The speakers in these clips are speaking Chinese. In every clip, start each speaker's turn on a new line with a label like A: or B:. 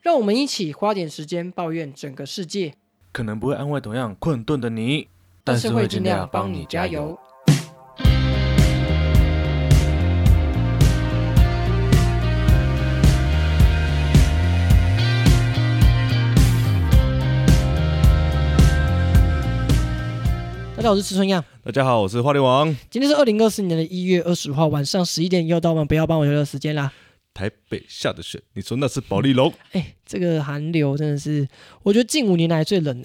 A: 让我们一起花点时间抱怨整个世界，
B: 可能不会安慰同样困顿的你，但
A: 但
B: 是
A: 是会
B: 会尽
A: 尽
B: 量
A: 量
B: 帮
A: 帮
B: 你
A: 你
B: 加
A: 加
B: 油
A: 油。。大家好，我是池春阳。
B: 大家好，我是花莲王，
A: 今天是二零二四年的一月二十号晚上十一点，又到我们不要帮我游乐时间啦。
B: 台北下的雪，你说那是保利龙，
A: 哎，这个寒流真的是，我觉得近五年来最冷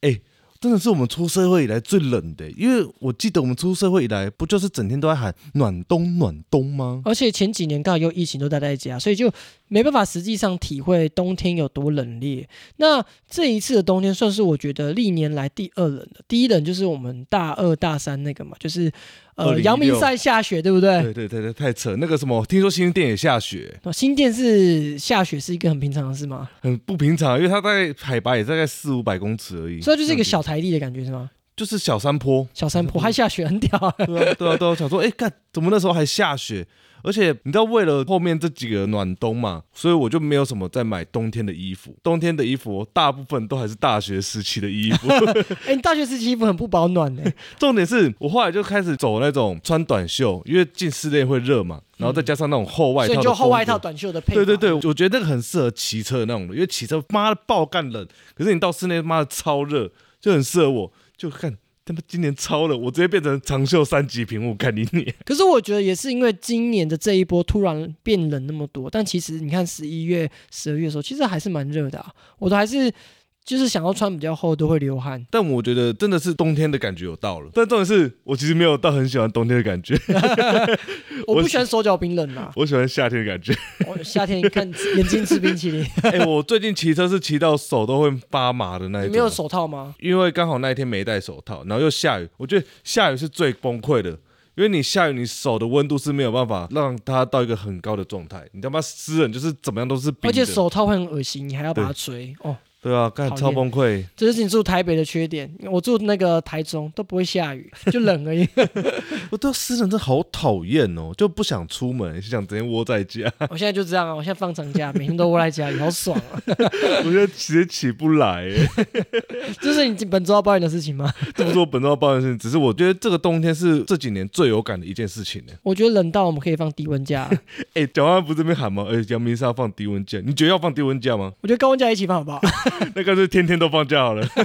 A: 哎、
B: 真的是我们出社会以来最冷的，因为我记得我们出社会以来，不就是整天都在喊暖冬暖冬吗？
A: 而且前几年刚好又疫情都待在家，所以就没办法实际上体会冬天有多冷冽。那这一次的冬天算是我觉得历年来第二冷的，第一冷就是我们大二大三那个嘛，就是呃
B: 2016
A: 阳明山下雪，对不对？
B: 对对对对，太扯！那个什么，听说新店也下雪，
A: 那新店是下雪是一个很平常的事吗？
B: 很不平常，因为它大概海拔也大概四五百公尺而已，
A: 所以它就是一个小台地的感觉是吗？
B: 就是小山坡。
A: 小山坡还下雪，很屌、啊。
B: 对啊，对啊，对啊，想说，哎、干，怎么那时候还下雪？而且你知道，为了后面这几个暖冬嘛，所以我就没有什么在买冬天的衣服。冬天的衣服大部分都还是大学时期的衣服。
A: 哎、你大学时期衣服很不保暖呢、
B: 重点是我后来就开始走那种穿短袖，因为进室内会热嘛，然后再加上那种厚外套，
A: 所以就厚外套、。短袖的配。
B: 对对对，，我觉得那个很适合骑车的那种的，因为骑车妈的爆干冷，可是你到室内妈的超热，就很适合我。就看他们今年超冷，我直接变成长袖三级屏幕，看你你。。
A: 可是我觉得也是因为今年的这一波突然变冷那么多，但其实你看十一月、十二月的时候，其实还是蛮热的、啊，我都还是就是想要穿比较厚，都会流汗
B: 但我觉得真的是冬天的感觉有到了，但重点是我其实没有到很喜欢冬天的感觉，，
A: 我不喜欢手脚冰冷啊
B: 我喜欢夏天的感觉。
A: 我夏天看眼睛吃冰淇 淋。
B: 哎、我最近骑车是骑到手都会发麻的那一
A: 你
B: 种，
A: 没有手套吗？
B: 因为刚好那一天没戴手套，然后又下雨，我觉得下雨是最崩溃的。因为你下雨，你手的温度是没有办法让它到一个很高的状态，你他妈湿冷就是怎么样都是
A: 而
B: 冰的，
A: 且手套会很恶心，你还要把它吹。哦，
B: 对啊，干
A: 讨厌
B: 超崩溃。
A: 这就是你住台北的缺点。我住那个台中都不会下雨，就冷 而已。
B: 我对湿冷真的好讨厌哦，就不想出门，想整天窝在家，
A: 我现在就这样啊，我现在放长假，每天都窝在家里，好爽啊！
B: 我觉得直接起不来。哎
A: 这是你本周要抱怨的事情吗？
B: 这不是我本周要抱怨的事情，只是我觉得这个冬天是这几年最有感的一件事情呢。
A: 我觉得冷到我们可以放低温假啊、
B: 哎、蒋万安不是这边喊吗？哎、杨明是要放低温假，你觉得要放低温假吗？
A: 我觉得高温假一起放好不好？
B: 那干脆天天都放假好了。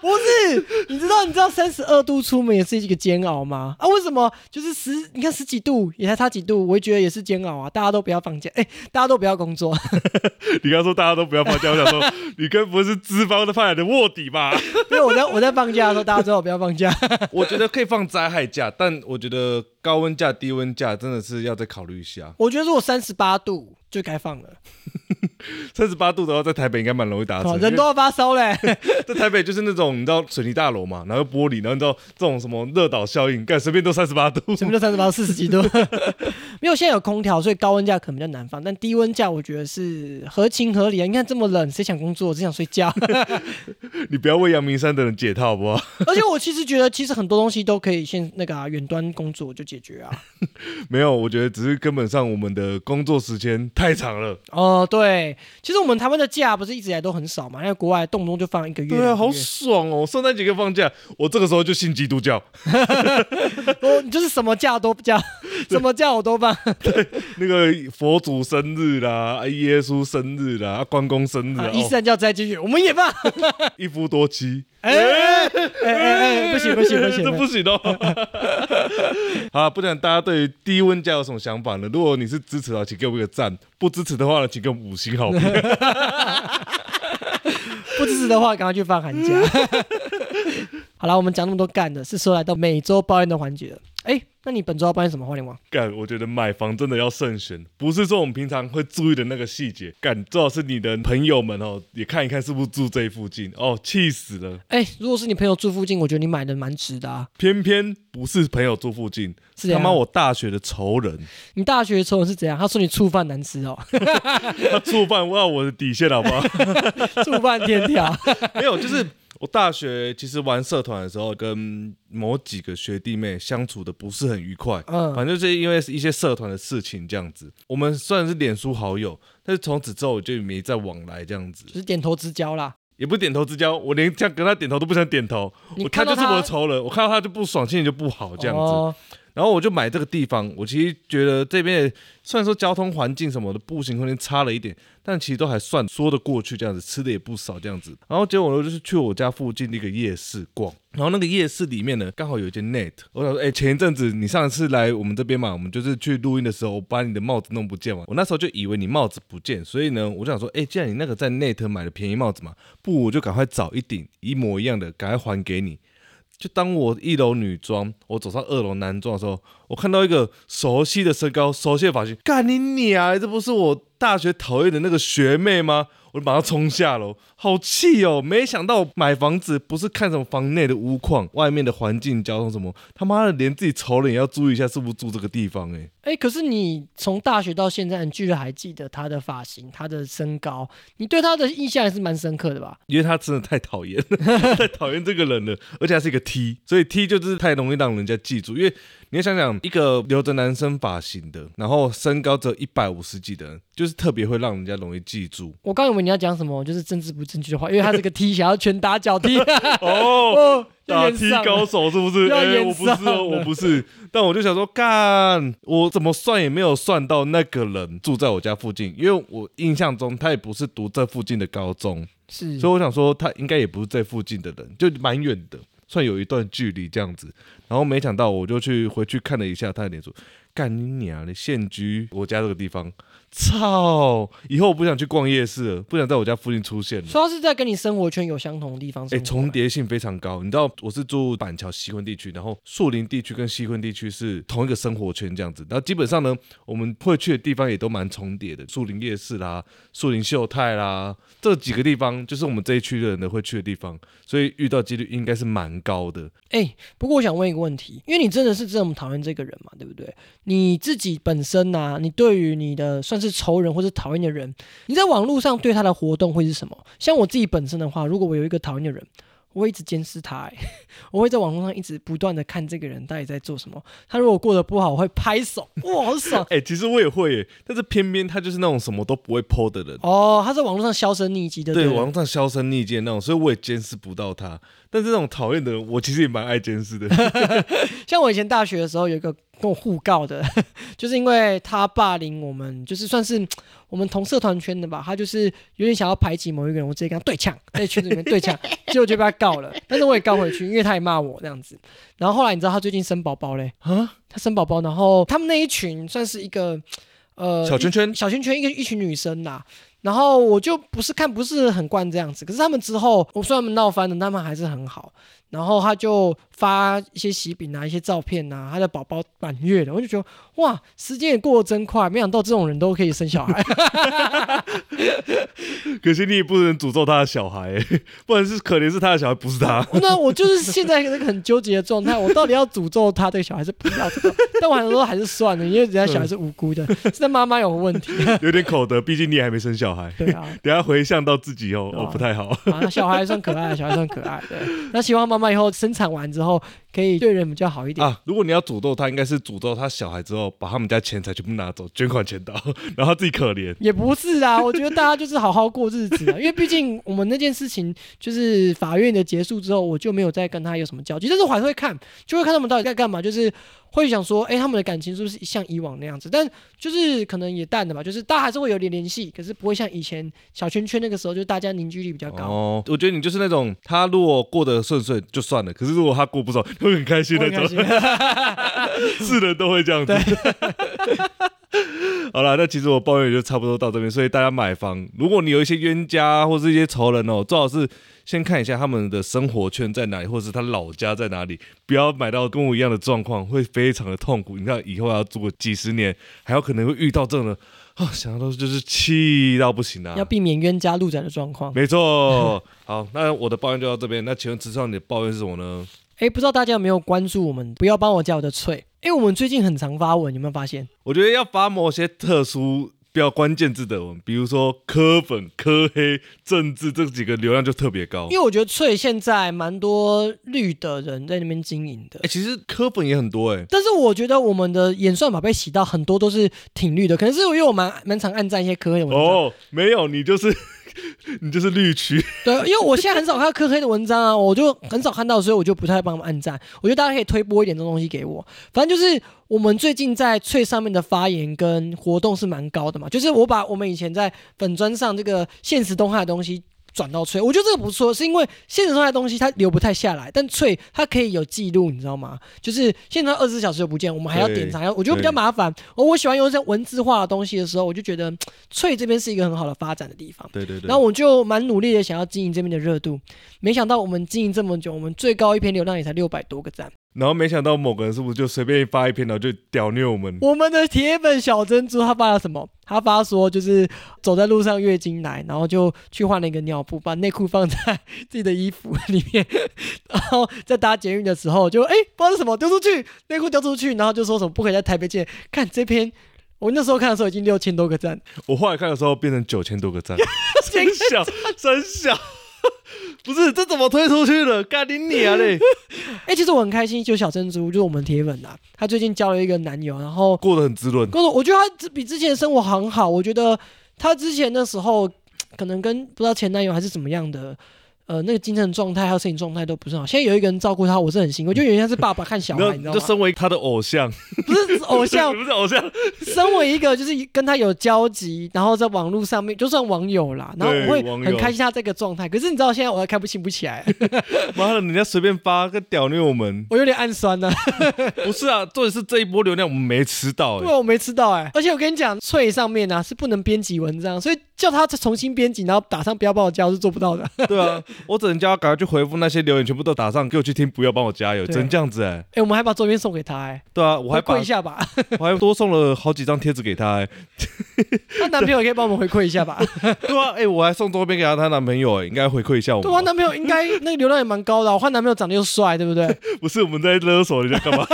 A: 不是，你知道你知道三十二度出门也是一个煎熬吗？啊，为什么？就是十，你看十几度也才差几度，我也觉得也是煎熬啊！大家都不要放假，哎、大家都不要工作，
B: 你刚说大家都不要放假，我想说你该不会是资方的派来的卧底吧？
A: 因为我在我在放假的时候，大家最好不要放假。
B: 我觉得可以放灾害假，但我觉得高温假、低温假真的是要再考虑一下。
A: 我觉得如果三十八度就该放了，
B: 三十八度的话，在台北应该蛮容易达
A: 好
B: 成，
A: 人都要发烧嘞。
B: 啊因为 在台北就是那种你知道水泥大楼嘛，然后玻璃，然后你知道这种什么热岛效应，干随便都三十八度。
A: 什么叫三十八？四十几度？ 没有，现在有空调，所以高温假可能比较难放，但低温假我觉得是合情合理啊。你看这么冷，谁想工作？只想睡觉。
B: 你不要为阳明山的人解套好不好？
A: 而且我其实觉得，其实很多东西都可以先那个啊，远端工作就解决啊。
B: 没有，我觉得只是根本上我们的工作时间太长了。
A: 哦，对，其实我们台湾的假不是一直以来都很少嘛，因为国外动不动就放一个月。
B: 对啊，
A: 两个
B: 好
A: 月
B: 爽哦！圣诞节可以放假，我这个时候就信基督教。
A: 我哦就是什么假都不 假，什么假我都 放。
B: 那个佛祖生日啦，啊耶稣生日啦，啊关公生日
A: 啊
B: 啦，
A: 伊斯兰教再继续，我们也 放。
B: 哦一夫多妻。
A: 哎哎哎 哎，不行不行不
B: 这
A: 行！
B: 不行 哦。好啦，不然大家对于低温假有什么想法呢？如果你是支持的话，请给我一个赞；不支持的话呢，请给我们五星好评。
A: 不支持的话，赶快去放寒 假。好了，我们讲那么多干的，是时候来到每周抱怨的环节了。哎，那你本周要抱怨什么？花莲王？
B: 干，我觉得买房真的要慎选，不是说我们平常会注意的那个细节。干，最好是你的朋友们哦，也看一看是不是住这附近哦，气死了！
A: 哎，如果是你朋友住附近，我觉得你买的蛮值的啊。
B: 偏偏不是朋友住附近，
A: 是
B: 他
A: 怎
B: 妈
A: 样
B: 我大学的仇人，
A: 你大学的时候是怎样？他说你触犯难吃哦，
B: 他触犯到我的底线好不好？
A: 触犯天条。
B: 没有，就是。我大学其实玩社团的时候，跟某几个学弟妹相处的不是很愉快，
A: 嗯
B: 反正就是因为一些社团的事情这样子。我们虽然是脸书好友，但是从此之后我就没再往来这样子
A: 就，是点头之交啦。
B: 也不是点头之交，我连这样跟他点头都不想点头，
A: 你
B: 我
A: 看到
B: 就是
A: 他
B: 我的仇人，我看到他就不爽，心情就不好这样子。
A: 哦
B: 然后我就买这个地方，我其实觉得这边也虽然说交通环境什么的步行空间差了一点，但其实都还算说得过去这样子，吃的也不少这样子。然后结果我就是去我家附近的一个夜市逛，然后那个夜市里面呢刚好有一间 net，我想说，哎、前一阵子你上次来我们这边嘛，我们就是去录音的时候，我把你的帽子弄不见嘛，我那时候就以为你帽子不见，所以呢，我就想说，哎、既然你那个在 net 买的便宜帽子嘛，不如我就赶快找一顶一模一样的，赶快还给你。就当我一楼女装，我走上二楼男装的时候，我看到一个熟悉的身高、熟悉的发型，干你娘！这不是我大学讨厌的那个学妹吗？我就马上冲下楼，好气哦！没想到买房子不是看什么房内的屋况、外面的环境、交通什么，他妈的连自己仇人也要注意一下是不是住这个地方哎、
A: 哎、可是你从大学到现在，你居然还记得他的发型、他的身高，你对他的印象还是蛮深刻的吧？
B: 因为他真的太讨厌了， 太讨厌这个人了，而且他是一个 T，所以 T 就是太容易让人家记住。因为你要想想，一个留着男生发型的，然后身高只有一百五十几的人，就是特别会让人家容易记住。
A: 我刚以为你要讲什么，就是政治不正确的话，因为他是个 T，想要拳打脚踢，
B: 哦，
A: 哦，要
B: 打
A: 演
B: T
A: 上了
B: 高手是不是？
A: 要
B: 哎、
A: 演
B: 我不是
A: 上了
B: 哦，我不是。但我就想说，干，我怎么算也没有算到那个人住在我家附近，因为我印象中他也不是读这附近的高中。
A: 是，
B: 所以我想说，他应该也不是这附近的人，就蛮远的，算有一段距离这样子。然后没想到，我就去回去看了一下他的脸书，干你娘的，现居我家这个地方，操！以后我不想去逛夜市了，不想在我家附近出现了。
A: 所以他是在跟你生活圈有相同的地方
B: 哎、
A: 生活
B: 重
A: 吧
B: 叠性非常高。你知道我是住板桥西昆地区，然后树林地区跟西昆地区是同一个生活圈这样子。然后基本上呢，我们会去的地方也都蛮重叠的，树林夜市啦、树林秀泰啦，这几个地方就是我们这一区的人呢会去的地方，所以遇到几率应该是蛮高的。！
A: 哎、不过我想问一个问题，因为你真的是这么讨厌这个人嘛，对不对？你自己本身呐、你对于你的算是仇人或是讨厌的人，你在网络上对他的活动会是什么？像我自己本身的话，如果我有一个讨厌的人，我会一直监视他、哎 我会在网络上一直不断的看这个人到底在做什么。他如果过得不好，我会拍手，哇，好爽
B: 哎、其实我也会耶，但是偏偏他就是那种什么都不会 PO 的人。
A: 哦，他在网络上销声匿迹的，
B: 对，
A: 不
B: 网上销声匿迹的那种，所以我也监视不到他。但是这种讨厌的人，我其实也蛮爱监 视的。
A: 像我以前大学的时候，有一个跟我互告的， 就是因为他霸凌我们，就是算是我们同社团圈的吧，他就是有点想要排挤某一个人，我直接跟他对呛，在群组里面对呛，结果就被他告了，但是我也告回去，因为他也骂我这样子。然后后来你知道他最近生宝宝嘞，
B: 啊，
A: 他生宝宝，然后他们那一群算是一个呃
B: 小圈圈
A: 小圈圈一个一群女生啦。然后我就不是看不是很惯这样子，可是他们之后，我虽然他们闹翻了，但他们还是很好。然后他就发一些喜饼啊、一些照片啊，他的宝宝满月了，我就觉得哇，时间也过得真快，没想到这种人都可以生小孩。
B: 可惜你也不能诅咒他的小孩， 欸不然是可怜是他的小孩，不是他。
A: 那我就是现在那个很纠结的状态，我到底要诅咒他这个小孩是不要这个， 但我还是说还是算了，因为人家小孩是无辜的，是他妈妈有问题。
B: 有点口德，毕竟你也还没生小孩。
A: 对啊，
B: 等一下回想到自己哦，
A: 对啊
B: 哦不太好。
A: 啊，那小孩还算可爱，小孩算可爱。对，那希望妈妈以后生产完之后可以对人比较好一点。
B: 啊，如果你要诅咒他，应该是诅咒他小孩之后，把他们家钱财全部拿走，捐款钱到， 然后他自己可怜。
A: 也不是啊，我觉得大家就是好好过日子啊，因为毕竟我们那件事情就是法院的结束之后，我就没有再跟他有什么交集，但是我还会看，就会看他们到底在干嘛，就是会想说，哎、他们的感情是不是像以往那样子？但就是可能也淡了吧，就是大家还是会有点联系，可是不会像以前小圈圈那个时候，就大家凝聚力比较高。
B: 哦，我觉得你就是那种他如果过得顺顺就算了，可是如果他过不爽，他会很开心
A: 我
B: 那
A: 很开
B: 种。
A: 心
B: 是人都会这样子。 好了，那其实我抱怨也就差不多到这边，所以大家买房，如果你有一些冤家或是一些仇人哦，最好是先看一下他们的生活圈在哪里，或者是他老家在哪里，不要买到跟我一样的状况，会非常的痛苦。你看以后还要住个几十年，还有可能会遇到这种人啊，想到就是气到不行啊
A: 要。避免冤家路窄的状况。
B: 没错，好，那我的抱怨就到这边。那请问池上，你的抱怨是什么呢？
A: 哎、不知道大家有没有关注我们？不
B: 哦
A: 要帮我加我的翠。哎、我们最近很常发文，有没有发现？
B: 我觉得要发某些特殊标关键字的文，比如说科粉、科黑、政治这几个流量就特别高。
A: 因为我觉得翠现在蛮多绿的人在那边经营的
B: 哎、。其实科粉也很多哎、
A: 但是我觉得我们的演算法被洗到很多都是挺绿的，可能是因为我蛮蛮常暗赞一些科黑的文章，
B: 哦，没有，你就是 你就是绿区，
A: 对，因为我现在很少看到科黑的文章啊，我就很少看到，所以我就不太帮他们按赞。我觉得大家可以推播一点这种东西给我。反正就是我们最近在翠上面的发言跟活动是蛮高的嘛，就是我把我们以前在粉砖上这个现实动态的东西。转到翠，我觉得这个不错，是因为现实动态的东西它留不太下来，但翠它可以有记录，你知道吗？就是现在二十四小时又不见，我们还要
B: 对
A: 典藏，还要我觉得比较
B: 对
A: 麻烦。而我喜欢用这些文字化的东西的时候，我就觉得翠这边是一个很好的发展的地方。
B: 对对对，
A: 然后我就蛮努力的想要经营这边的热度，没想到我们经营这么久，我们最高一篇流量也才六百多个赞。
B: 然后没想到某个人是不是就随便发一篇，然后就屌虐我们？
A: 我们的铁粉小珍珠她发了什么？她发说就是走在路上月经来，然后就去换了一个尿布，把内裤放在自己的衣服里面， 然后在搭捷运的时候就哎、不知道是什么丢出去，内裤丢出去，然后就说什么不可以在台北见。看这篇，我那时候看的时候已经六千多个赞，
B: 我后来看的时候变成九千多 个赞，真小真小， 不是这怎么推出去的？干你你啊嘞！
A: 哎、其实我很开心，就小珍珠就是我们铁粉啊，她最近交了一个男友，然后
B: 过得很滋润，
A: 工作，我觉得她比之前的生活很好。我觉得她之前的时候，可能跟不知道前男友还是怎么样的，呃，那个精神状态还有身体状态都不是很好。现在有一个人照顾她，我是很幸福，就有点像是爸爸看小啊 孩，你
B: 你
A: 知道
B: 就
A: 吗？
B: 身为他的偶像，，
A: 不是偶像
B: 不是偶像，
A: 身为一个就是跟他有交集，然后在网络上面就算网友啦，然后
B: 对
A: 我会
B: 网友
A: 很开心他这个状态。可是你知道现在我还看不清不起 来，
B: 妈的，人家随便发个屌虐我们，
A: 我有点暗酸呢、啊
B: 不是啊，重点是这一波流量我们没吃到、
A: 对
B: 欸，
A: 啊，我没吃到哎、而且我跟你讲，翠上面呢、啊、是不能编辑文章，所以叫他重新编辑，然后打上标报交是做不到的。
B: 对啊，我只能叫他赶快去回复那些留言，全部都打上，给我去听，不要帮我加油，
A: 对
B: 只能这样子哎、
A: 哎、我们还把周边送给他哎、
B: 对啊，我还
A: 回
B: 把
A: 馈一下吧，
B: 我还多送了好几张贴纸给她、欸，
A: 她男朋友可以帮我们回馈一下 吧。
B: 对啊，哎、我还送周边给她她男朋友、欸，应该回馈一下我
A: 对，我啊
B: 们吧。
A: 男朋友应该那个流量也蛮高的啊，我看男朋友长得又帅，对不 对？
B: 不是我们在勒索人 家干嘛？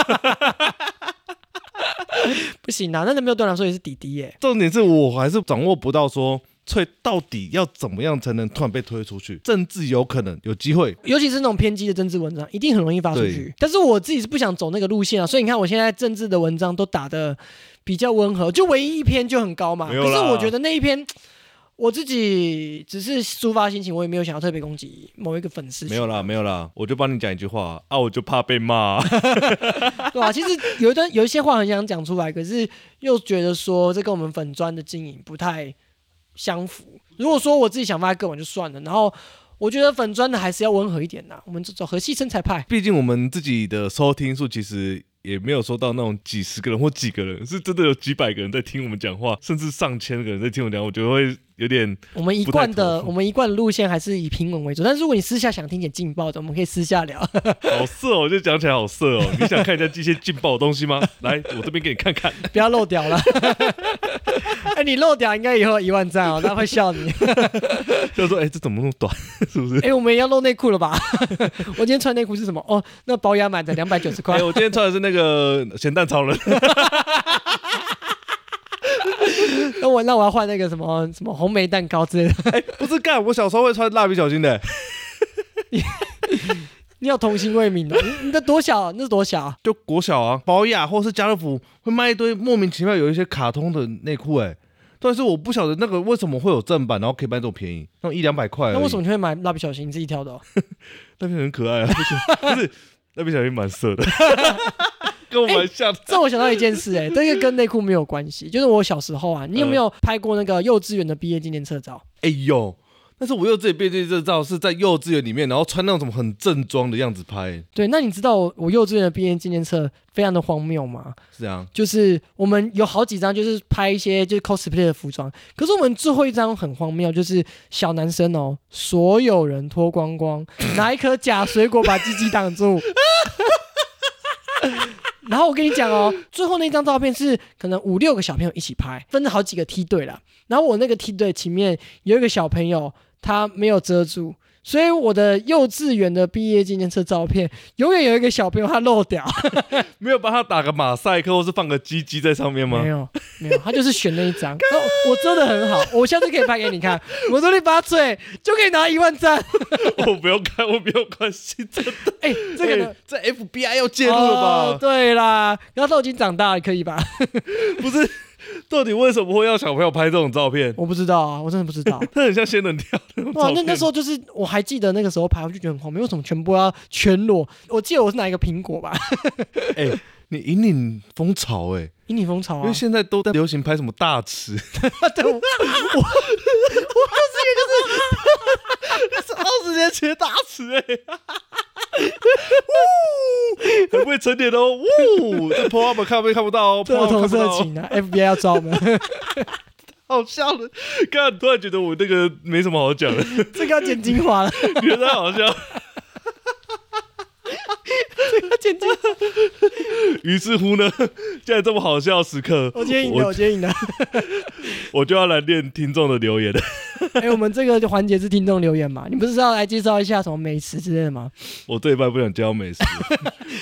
A: 不行啊，那男朋友对我来说也是弟弟耶、
B: 重点是我还是掌握不到说翠到底要怎么样才能突然被推出去，政治有可能有机会，
A: 尤其是那种偏激的政治文章，一定很容易发出去
B: 对。
A: 但是我自己是不想走那个路线啊，所以你看我现在政治的文章都打的比较温和，就唯一一篇就很高嘛。
B: 没
A: 可
B: 有啦
A: 是我觉得那一篇。我自己只是抒发心情，我也没有想要特别攻击某一个粉丝，
B: 没有啦，没有啦，我就帮你讲一句话啊，我就怕被骂、
A: 对啊吧、其实有一段有一些话很想讲出来，可是又觉得说这跟我们粉砖的经营不太相符。如果说我自己想发个文就算了，然后我觉得粉砖的还是要温和一点呐、我们这种和气生财派。
B: 毕竟我们自己的收听数其实也没有收到那种几十个人或几个人，是真的有几百个人在听我们讲话，甚至上千个人在听我讲，我觉得会有点
A: 我们一贯
B: 不太
A: 的
B: 妥
A: 我们一贯的路线还是以平稳为主，但是如果你私下想听点劲爆的，我们可以私下聊。
B: 好色哦，就讲起来好色哦。 你想看人家一些劲爆的东西吗？ 来，我这边给你看 看。
A: 不要漏掉了。 哎、你漏掉应该以后一万赞哦，他会笑你。
B: 就说，哎、这怎么那么短？ 是不是？
A: 哎、我们也要露内裤了吧？ 我今天穿内裤是什么？哦，那保养买的两百九十
B: 哎、
A: 块。
B: 我今天穿的是那个咸蛋超人，
A: 那我那我要换那个什么什么红梅蛋糕之类的。
B: 哎不是干。我小时候会穿蜡笔小新的，
A: 你有童心未泯的，你你的多小？啊那是多小？
B: 就国小啊，保雅或是家乐福会卖一堆莫名其妙有一些卡通的内裤，哎，但是我不晓得那个为什么会有正版，然后可以卖这么便宜，那种一两百块而已。
A: 那为什么你会买蜡笔小新？你自己挑的、哦？
B: 那边很可爱啊？不是，不是 那边小新蛮色的， 跟我蛮像的。
A: 这我想到一件事、哎，这个跟内裤没有关系，就是我小时候啊，你有没有拍过那个幼稚园的毕业纪念册照？
B: 哎呦，但是我幼稚园毕业这照是在幼稚园里面，然后穿那种什么很正装的样子拍，
A: 对，那你知道我我幼稚园的毕业纪念册非常的荒谬吗？
B: 是这样。
A: 就是我们有好几张，就是拍一些就是 cosplay 的服装，可是我们最后一张很荒谬，就是小男生哦，所有人脱光光，拿一颗假水果把鸡鸡挡住。 然后我跟你讲哦，最后那张照片是可能五六个小朋友一起拍，分了好几个梯队啦。然后我那个梯队前面有一个小朋友，他没有遮住，所以我的幼稚园的毕业纪念册照片，永远有一个小朋友他漏掉，
B: 没有帮他打个马赛克，或是放个鸡鸡在上面吗
A: 没？有没有，他就是选那一张。 哦，我真的很好，我下次可以拍给你 看。我说你把嘴就可以拿一万 赞，
B: 我不用看，我没有关系。这
A: 哎、这个呢
B: 哎这 FBI 要介入了
A: 哦
B: 吧？
A: 对啦，然后都已经长大了，可以吧？
B: 不是，到底为什么会要小朋友拍这种照 片？
A: 我不知道啊，我真的不知 道。
B: 那很像仙人跳那种
A: 哇
B: 照，
A: 那
B: 片。
A: 那时候就是我还记得那个时候拍，我就觉得很荒谬，为什么全部要全裸？ 我记得我是拿一个苹果 吧，
B: 哎、你引领风潮哎、
A: 引领风潮
B: 因
A: 啊
B: 为。现在都在流行拍什么大尺，
A: 对，我我
B: 是二十年前的大尺哎、欸，呜， 很会成年的哦，呜，这 p o 们看不看不 到哦，
A: 这有
B: Pornhub
A: 同
B: 看不到
A: 色
B: 哦，
A: 情啊，FBI 要抓我们。
B: 好笑了，刚才突然觉得我那个没什么好讲的，
A: 这个要剪精华了，
B: 觉得好笑，
A: 要剪精华。
B: 于是乎呢， 现在这么好笑的时刻，
A: 我今天赢了，我
B: 我
A: 今天赢了。
B: 我就要来念听众的留言 了，
A: 哎，我们这个环节是听众留言嘛？你不是要来介绍一下什么美食之类的吗？
B: 我这一半不想教美食，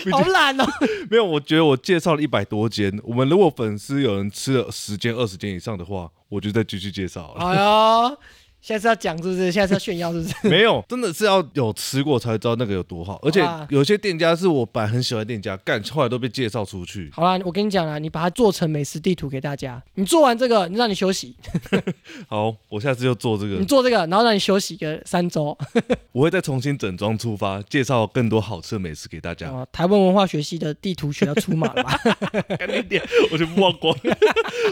B: 毕
A: 好
B: 竟
A: 懒哦。
B: 没有，我觉得我介绍了一百多间，我们如果粉丝有人吃了十间、二十间以上的话，我就再继续介绍 了。
A: 哎呦，下次要讲是不是？下次要炫耀是不是？
B: 没有，真的是要有吃过才知道那个有多好，而且
A: 哇
B: 有些店家是我本来很喜欢的店家，干后来都被介绍出去。
A: 好啦，我跟你讲啦，你把它做成美食地图给大家。你做完这个，你让你休息；
B: 好，我下次就做这
A: 你
B: 个，
A: 做这个，然后让你休息个三周。
B: 我会再重新整装出发，介绍更多好吃的美食给大家。
A: 哦，台湾文化学系的地图学要出马了吧？
B: 赶紧点， 我全部忘光了。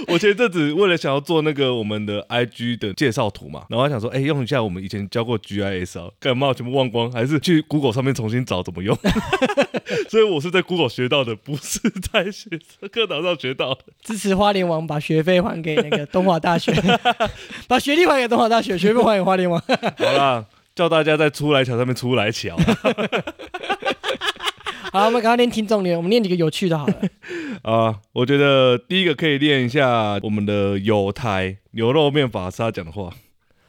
B: 我前阵子为了想要做那个我们的 IG 的介绍图嘛，然后还想说，哎、用一下我们以前教过 GIS 啊，干嘛我全部忘光？还是去 Google 上面重新找怎么用？ 所以我是在 Google 学到的，不是在学课堂上学到的。
A: 支持花莲王把学费还给那个东华大学， 把学历还给东华大学，学费还给花莲王。
B: 好啦，叫大家在出来桥上面出来桥。
A: 好，我们赶快念听众留言，我们念几个有趣的好了。
B: 啊，我觉得第一个可以练一下我们的有台牛肉面法师他讲的话。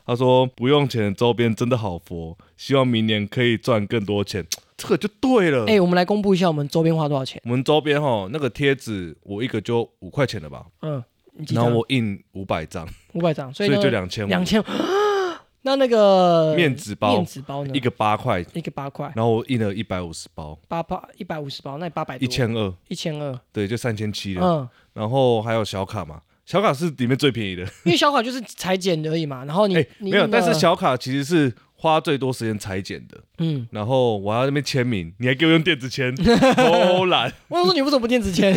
B: 他说：“不用钱的周边真的好佛，希望明年可以赚更多钱。”这个就对了。
A: 哎、我们来公布一下我们周边花多少钱。
B: 我们周边哈，那个贴纸我一个就五块钱了吧，
A: 嗯，你记
B: 然后
A: 得
B: 我印五百张，
A: 五百张，所
B: 所
A: 以
B: 以
A: 呢
B: 就两千
A: 两千。 那那个
B: 面纸包
A: 面纸包呢？
B: 一个八块，
A: 一个八块，
B: 然后我印了一百五十包，
A: 八八一百五十包，那八百
B: 一千二，
A: 一千二。
B: 对，就三千七了。
A: 嗯，
B: 然后还有小卡嘛，小卡是里面最便宜的，
A: 因为小卡就是裁剪而已嘛，然后你、
B: 哎，
A: 你
B: 没有，
A: 印
B: 但是
A: 了
B: 小卡其实是花最多时间裁剪的。
A: 嗯，
B: 然后我还要在那边签名，你还给我用电 子签，偷懒。
A: 我想说你为什么不电子 签？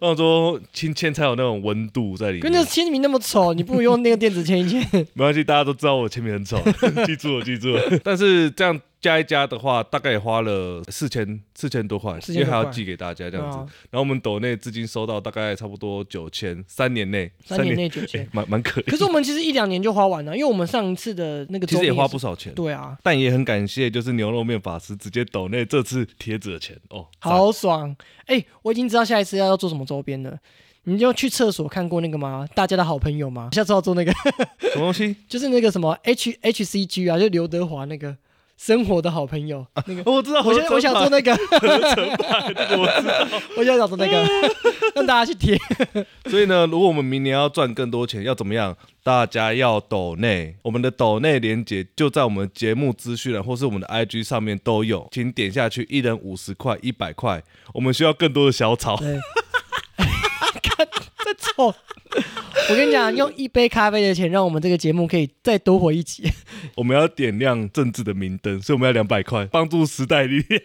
B: 我想说亲签才有那种温度在里
A: 跟那
B: 面。
A: 签名那么丑，你不如用那个电子 签一签。
B: 没关系，大家都知道我签名很丑， 记住了，记住了。但是这样加一加的话，大概也花了四千四千多块，
A: 4000
B: 因为还要
A: 多块
B: 寄给大家这样子。
A: 啊
B: 然后我们抖内至今收到大概差不多九千，三年内，
A: 三年内九千
B: 诶，蛮蛮可怜。
A: 可是我们其实一两年就花完了，因为我们上一次的那个
B: 其
A: 周
B: 实也
A: 边
B: 花
A: 是
B: 不少钱，
A: 对啊，
B: 但也很感谢，就是牛肉面法师直接抖内这次贴纸的钱哦。赞，
A: 好爽！哎、我已经知道下一次要要做什么周边了。你就去厕所看过那个吗？大家的好朋友吗？下次要做那个，
B: 什么东西？
A: 就是那个什么 H H C G 啊，就刘德华那个生活的好朋友那个。
B: 哦我知道，
A: 我现在我想做
B: 的，
A: 那个，
B: 我知道。
A: 我现在想做那个，让大家去贴。
B: 所以呢，如果我们明年要赚更多钱，要怎么样？大家要抖内，我们的抖内连接就在我们节目资讯栏或是我们的 IG 上面都有，请点下去，一人五十块、一百块，我们需要更多的小草。
A: 对，看这臭！我跟你讲，用一杯咖啡的钱，让我们这个节目可以再多活一集。
B: 我们要点亮政治的明灯，所以我们要两百块，帮助时代力量。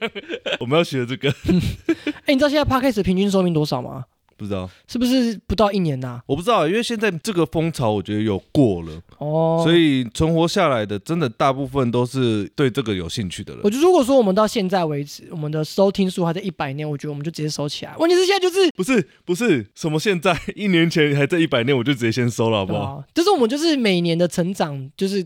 B: 我们要学这个，
A: 哎、你知道现在 podcast 平均寿命多少吗？
B: 不知道，
A: 是不是不到一年呐、
B: 我不知道，因为现在这个风潮我觉得有过了，
A: 哦，
B: 所以存活下来的真的大部分都是对这个有兴趣的人
A: 我。觉得如果说我们到现在为止，我们的收听数还在一百年，我觉得我们就直接收起来。问题是现在就是，
B: 不是不是什么，现在 一年前还在一百内，我就直接先收了，好不好？
A: 啊，就是我们就是每年的成长，就是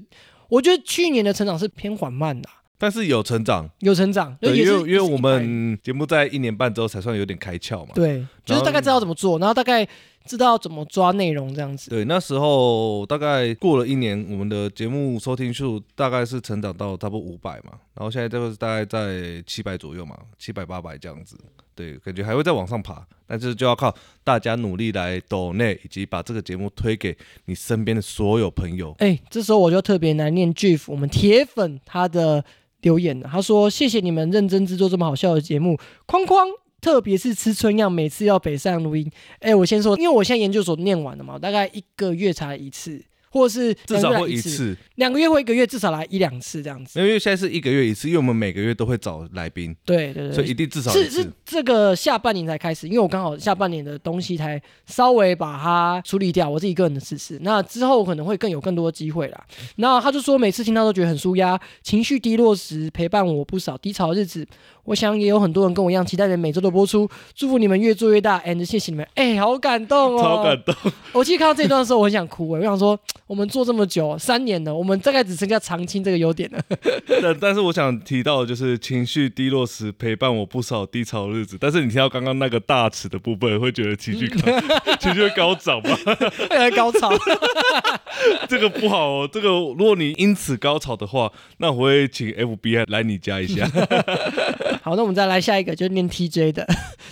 A: 我觉得去年的成长是偏缓慢的啊、
B: 但是有成长，
A: 有成长，
B: 对，
A: 也
B: 因
A: 是
B: 为因为
A: 也是
B: 我
A: 一百
B: 们节目在一年半之后才算有点开窍嘛。
A: 对，就是大概知道怎么做，然后大概知道怎么抓内容这样子。
B: 对，那时候大概过了一年，我们的节目收听数大概是成长到差不多五百嘛，然后现在这个是大概在七百左右嘛，七百八百这样子。对，感觉还会再往上爬，但是就要靠大家努力来抖内，以及把这个节目推给你身边的所有朋友。
A: 哎，这时候我就特别来念 GIF 我们铁粉他的留言啊了，他说：“谢谢你们认真制作这么好笑的节目，框框。”特别是吃春药，每次要北上录音。哎、我先说，因为我现在研究所念完了嘛，我大概一个月才一次，或者是
B: 至少
A: 两个月
B: 会
A: 来
B: 一
A: 一，
B: 次，
A: 两个月或一个月至少来一两次这样子。
B: 因为现在是一个月一次，因为我们每个月都会找来宾，
A: 对对对，
B: 所以一定至少一
A: 是
B: 次
A: 是。这个下半年才开始，因为我刚好下半年的东西才稍微把它处理掉，我自己个人的事事。那之后可能会更有更多机会啦。那他就说，每次听到都觉得很舒压，情绪低落时陪伴我不少低潮日子。我想也有很多人跟我一样，期待着每周的播出。祝福你们越做越大，and 谢谢你们。哎、好感动哦！
B: 超感动，
A: 我其实看到这一段的时候，我很想哭、哎我想说，我们做这么久，三年了，我们大概只剩下长青这个优点了。
B: 但但是我想提到的就是情绪低落时陪伴我不少低潮日子，但是你听到刚刚那个大尺的部分，会觉得情绪高，
A: 嗯
B: 情绪会高涨吧？
A: 来高潮，
B: 这个不好哦，这个如果你因此高潮的话，那我会请 FBI 来你家 一下。
A: 好，那我们再来下一个，就是念 TJ 的。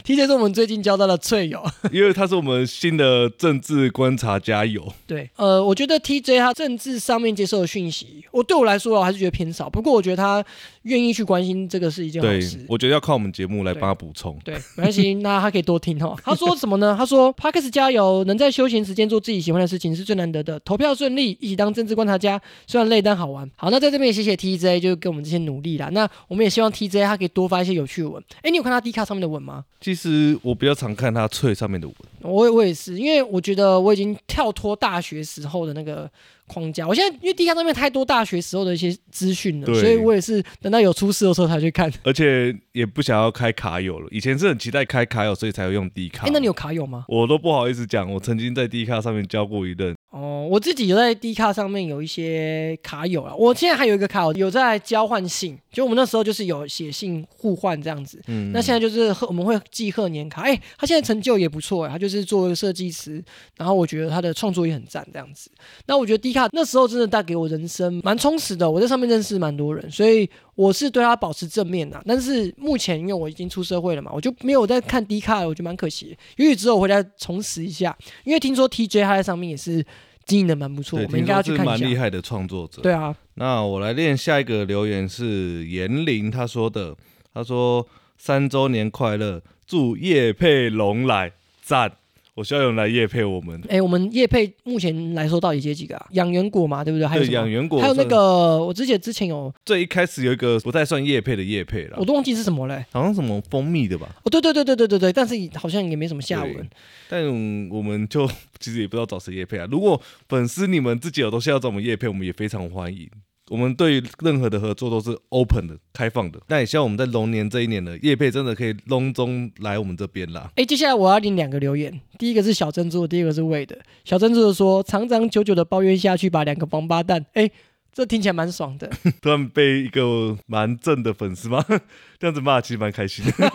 A: TJ 是我们最近交到的翠友。
B: 因为他是我们新的政治观察家友，
A: 对，呃，我觉得 TJ 他政治上面接受的讯息，我对我来说啊我还是觉得偏少。不过我觉得他愿意去关心这个是一件好
B: 对
A: 事。
B: 我觉得要靠我们节目来帮他补充。
A: 对，没关系，那他可以多听哦。他说什么呢？他说 p a r k e s 加油，能在休闲时间做自己喜欢的事情是最难得的。投票顺利，一起当政治观察家，虽然累但好玩。好，那在这边也谢谢 TJ，就给我们这些努力啦。那我们也希望 TJ 他可以多发一些有趣的文。哎，你有看他 D 卡上面的文吗？
B: 其实我比较常看他脆上面的文，
A: 我也我也是，因为我觉得我已经跳脱大学时候的那个框架。我现在因为 D 卡上面太多大学时候的一些资讯了，
B: 对
A: 所以我也是等到有出事的时候才去看。
B: 而且也不想要开卡友了。以前是很期待开卡友，所以才会用 D 卡。
A: 哎，那你有卡友吗？
B: 我都不好意思讲，我曾经在 D 卡上面交过一任，
A: 哦，我自己有在 D 卡上面有一些卡友啊，我现在还有一个卡友有在交换信，就我们那时候就是有写信互换这样子。
B: 嗯，
A: 那现在就是贺我们会寄贺年卡，哎、他现在成就也不错、哎，他就是做设计师，然后我觉得他的创作也很赞这样子。那我觉得 D 卡那时候真的带给我人生蛮充实的，我在上面认识蛮多人，所以我是对他保持正面的。但是目前因为我已经出社会了嘛，我就没有在看 D 卡了，我觉得蛮可惜的。也许之后我回来重拾一下，因为听说 TJ 他在上面也是经营的蛮不错，
B: 对，
A: 我们应该要去
B: 听
A: 看
B: 说
A: 一
B: 是蛮厉
A: 下。
B: 害的创作者。
A: 对啊，
B: 那我来念下一个留言是严玲她说的，她说三周年快乐，祝叶佩龙来赞，我希望有人来叶佩我们。
A: 哎、我们叶配目前来说到底接几个啊？养元果嘛，对不对？还有
B: 对，
A: 什
B: 养
A: 么？
B: 元果
A: 还有那
B: 算
A: 个，我之前之前有
B: 最一开始有一个不太算叶佩的叶佩啦
A: 我，都忘记是什么嘞、
B: 好像什么蜂蜜的吧，
A: 哦，对对对对对对对，但是好像也没什么下文
B: 对。但我们就 其实也不知道找谁叶配啊。如果粉丝你们自己有东西要找我们叶配，我们也非常欢迎。我们对于任何的合作都是 open 的、开放的。那也希望我们在龙年这一年呢，叶配真的可以隆中来我们这边啦。
A: 哎，接下来我要念两个留言，第一个是小珍珠，第二个是魏的。小珍珠说：“长长久久的抱怨下去，把两个王八蛋。”哎，这听起来蛮爽 的。
B: 突然被一个蛮正的粉丝骂， 这样子骂其实蛮开心的。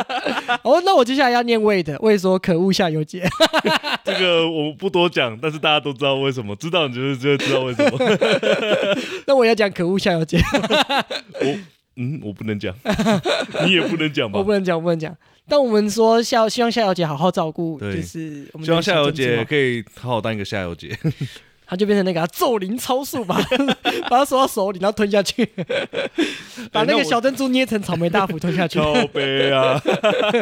A: 哦，那我接下来要念魏的。魏说：“可恶，夏油 姐。
B: 这个我不多讲，但是大家都知道为什么，知道你就是就知道为什么。”
A: 那我要讲可恶夏油姐，
B: 我嗯，我不能讲， 你也不能讲吧
A: 我？不能讲，我不能讲。但我们说夏，希望夏油姐好好照顾，
B: 对
A: 就是我们
B: 希望
A: 的小
B: 夏油
A: 珍珠
B: 姐
A: 嘛，
B: 可以好好当一个夏油姐。
A: 她就变成那个、啊、咒灵超速吧， 把她锁到手里，然后吞下 去，把那
B: 那
A: 个
B: 我
A: 小珍珠捏成草莓大福吞下 去。
B: 靠背啊！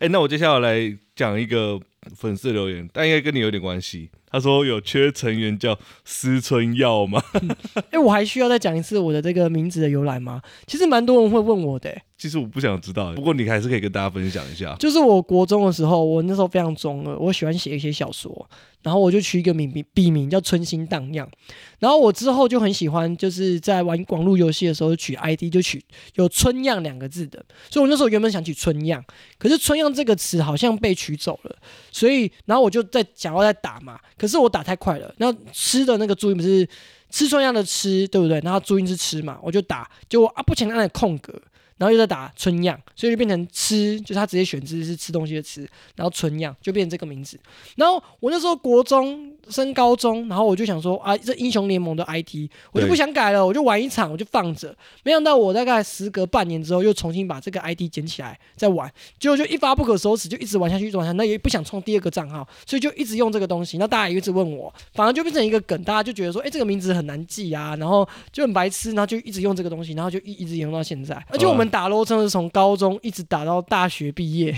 B: 哎、那我接下来来讲一个粉丝留言，但应该跟你有点关系。他说有缺成员叫思春耀吗？
A: 哎、我还需要再讲一次我的这个名字的由来吗？其实蛮多人会问我的、欸
B: 其实我不想知道，不过你还是可以跟大家分享一下。
A: 就是我国中的时候，我那时候非常中二，我喜欢写一些小说，然后我就取一个名笔笔名叫“春心荡漾”，然后我之后就很喜欢，就是在玩网络游戏的时候取 ID 就取有“春样”两个字的，所以我那时候原本想取“春样”，可是“春样”这个词好像被取走了，所以然后我就在想要再打嘛，可是我打太快了，然后吃的那个注音不是吃春样的吃，对不对？然后注音是吃嘛，我就打，结果啊不想按了空格，然后又在打春样，所以就变成吃，就是他直接选字是吃东西的吃，然后春样就变成这个名字。然后我那时候国中升高中，然后我就想说啊，这英雄联盟的 IT 我就不想改了，我就玩一场，我就放着。没想到我大概时隔半年之后，又重新把这个 ID 捡起来再玩，结果就一发不可收拾，就一直玩下去，一直玩下去。那也不想充第二个账号，所以就一直用这个东西。那大家也一直问我，反而就变成一个梗，大家就觉得说，哎、这个名字很难记啊，然后就很白痴，然后就一直用这个东西，然后就一一直用到现在。而且我们打 LO 真的是从高中一直打到大学毕业，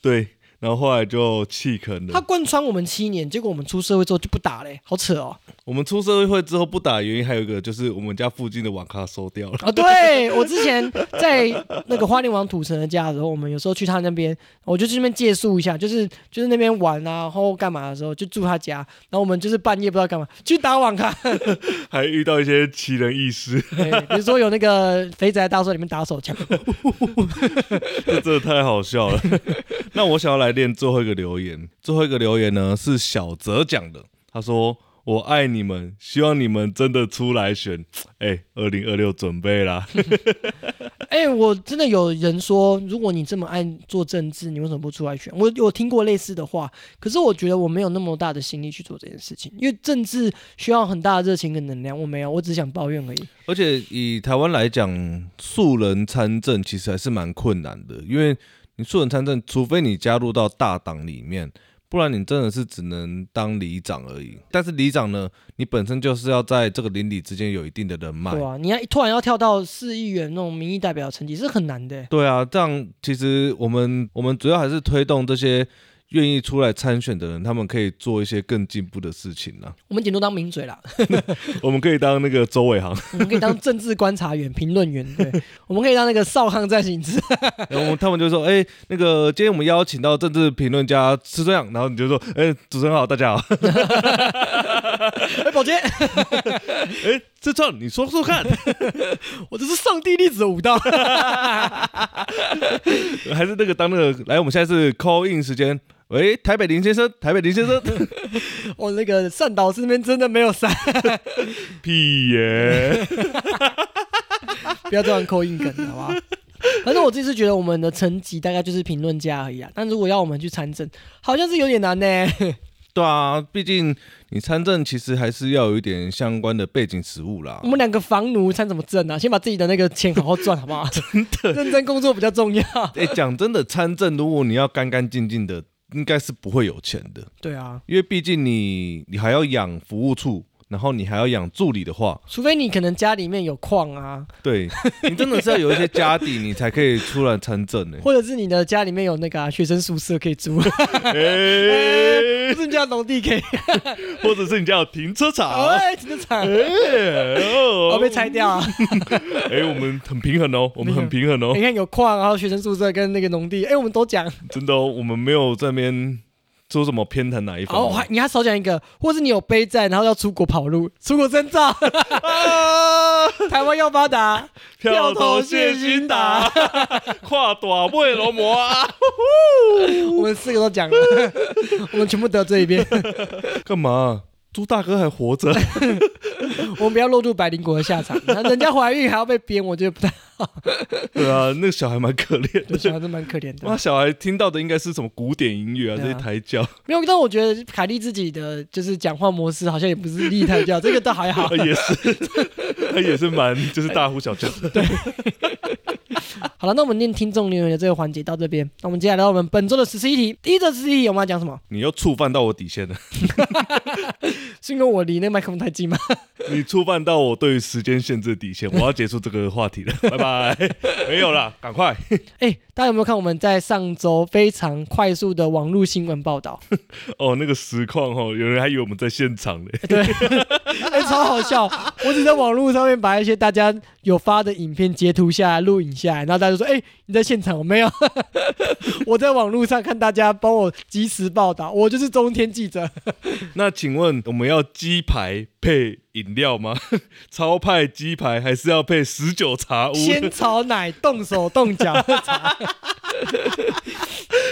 B: 对，然后后来就弃坑
A: 他
B: 了。
A: 贯穿我们七年，结果我们出社会之后就不打嘞、好扯哦！
B: 我们出社会之后不打，原因还有一个就是我们家附近的网咖收掉了。
A: 啊，对我之前在那个花莲王土城的家的时候，我们有时候去他那边，我就去那边借宿一下，就是就是那边玩啊，然后干嘛的时候就住他家，然后我们就是半夜不知道干嘛去打网咖，
B: 还遇到一些奇人异事，
A: 对比如说有那个肥仔大叔在里面打手枪，
B: 这真的太好笑 了。那我想要来念最后一个留言，最后一个留言呢是小泽讲的，他说：“我爱你们，希望你们真的出来选。”哎，二零二六准备啦，
A: 哎、我真的有人说，如果你这么爱做政治，你为什么不出来选？我有听过类似的话，可是我觉得我没有那么大的心力去做这件事情，因为政治需要很大的热情跟能量，我没有，我只想抱怨而已。
B: 而且以台湾来讲，素人参政其实还是蛮困难的，因为你素人参政，除非你加入到大党里面，不然你真的是只能当里长而已。但是里长呢，你本身就是要在这个邻里之间有一定的人脉。
A: 对啊，你要突然要跳到市议员那种民意代表的层级是很难的、欸
B: 对啊，这样其实我们我们主要还是推动这些愿意出来参选的人，他们可以做一些更进步的事情啊。
A: 我们顶多当名嘴啦，
B: 我们可以当那个周伟航，
A: 我们可以当政治观察员、评论员， 对，我们可以当那个少康在行之。
B: 然后他们就说：“哎、那个今天我们邀请到政治评论家施尊阳。”然后你就说：“哎、主持人好，大家好。
A: 哎、宝杰，
B: 哎，志壮，你说说 看，
A: 我这是上帝粒子的舞蹈。
B: 还是那个当那个来，我们现在是 call in 时间。喂，台北林先生，台北林先生，
A: 我、那个善导师那边真的没有善，
B: 屁耶！
A: 不要这样扣硬梗，好不 好？反正我自己是觉得我们的层级大概就是评论家而已啊，但如果要我们去参政，好像是有点难呢、
B: 对啊，毕竟你参政其实还是要有一点相关的背景实务啦
A: 我。们两个房奴参什么政啊？先把自己的那个钱好好赚，好不好？ 真的，认真工作比较重要。
B: 哎、讲真的，参政如果你要干干净净的，应该是不会有钱的，
A: 对啊，
B: 因为毕竟你你还要养服务处，然后你还要养助理的话，
A: 除非你可能家里面有矿啊，
B: 对你真的是要有一些家底，你才可以出来参政 呢、
A: 或者是你的家里面有那个、啊、学生宿舍可以租， 不
B: 欸
A: 是你家农地可以，
B: 或者是你家有停车 场
A: 哎，停车场
B: 欸
A: 我
B: 哦
A: 被拆掉啊！
B: 哎、我们很平衡哦，我们很平衡哦
A: 你，看有矿，然后学生宿舍跟那个农地，哎，我们都讲。
B: 真的哦，我们没有这边说什么偏袒哪一方
A: 哦，我还你还少讲一个，或是你有背债，然后要出国跑路，出国征兆，
B: 啊，
A: 台湾要发达，
B: 票投谢金达， 跨大尾罗摩啊。
A: 我们四个都讲了， 我们全部得罪一遍，
B: 干嘛？朱大哥还活 着，
A: 我们不要落入百灵国的下场。然后人家怀孕还要被编，我觉得不太，
B: 对啊，那个小孩蛮可怜
A: 对，
B: 的。
A: 小孩子蛮可怜的。
B: 哇，小孩听到的应该是什么古典音乐啊，这
A: 对啊
B: 些抬轿
A: 没有，但我觉得凯莉自己的就是讲话模式好像也不是厉害掉，这个倒还好。
B: 也 是，他也是蛮就是大呼小叫。
A: 好了，那我们念听众留言的这个环节到这边，那我们接下来到我们本周的十四题。第一则十四题我们要讲什么？
B: 你又触犯到我底线了，
A: 是因为我离那个麦克风太近吗？
B: 你触犯到我对于时间限制的底线，我要结束这个话题了， 拜拜。没有啦，赶快。
A: 哎、大家有没有看我们在上周非常快速的网络新闻报 道？
B: 哦，那个实况哦，有人还以为我们在现场嘞。
A: 哎、超好笑！我只在网络上面把一些大家有发的影片截图下来、录影下来，然后大家就说：“哎、你在现场？”我没有， 我在网络上看大家帮我及时报道，我就是中天记者。
B: 那请问我们要鸡排配饮料吗？ 超派鸡排还是要配十九茶屋？
A: 先炒奶，动手动脚。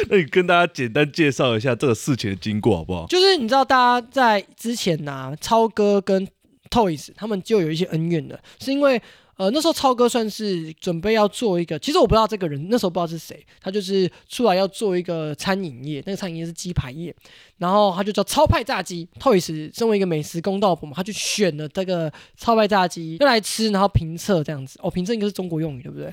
B: 那你跟大家简单介绍一下这个事情的经过好不好？
A: 就是你知道，大家在之前呐、超哥跟 Toys 他们就有一些恩怨的，是因为呃那时候超哥算是准备要做一个，其实我不知道这个人那时候不知道是谁，他就是出来要做一个餐饮业，那个餐饮业是鸡排业，然后他就叫超派炸鸡。Toys 身为一个美食公道婆嘛，他就选了这个超派炸鸡要来吃，然后评测这样子。哦，评测应该是中国用语对不对？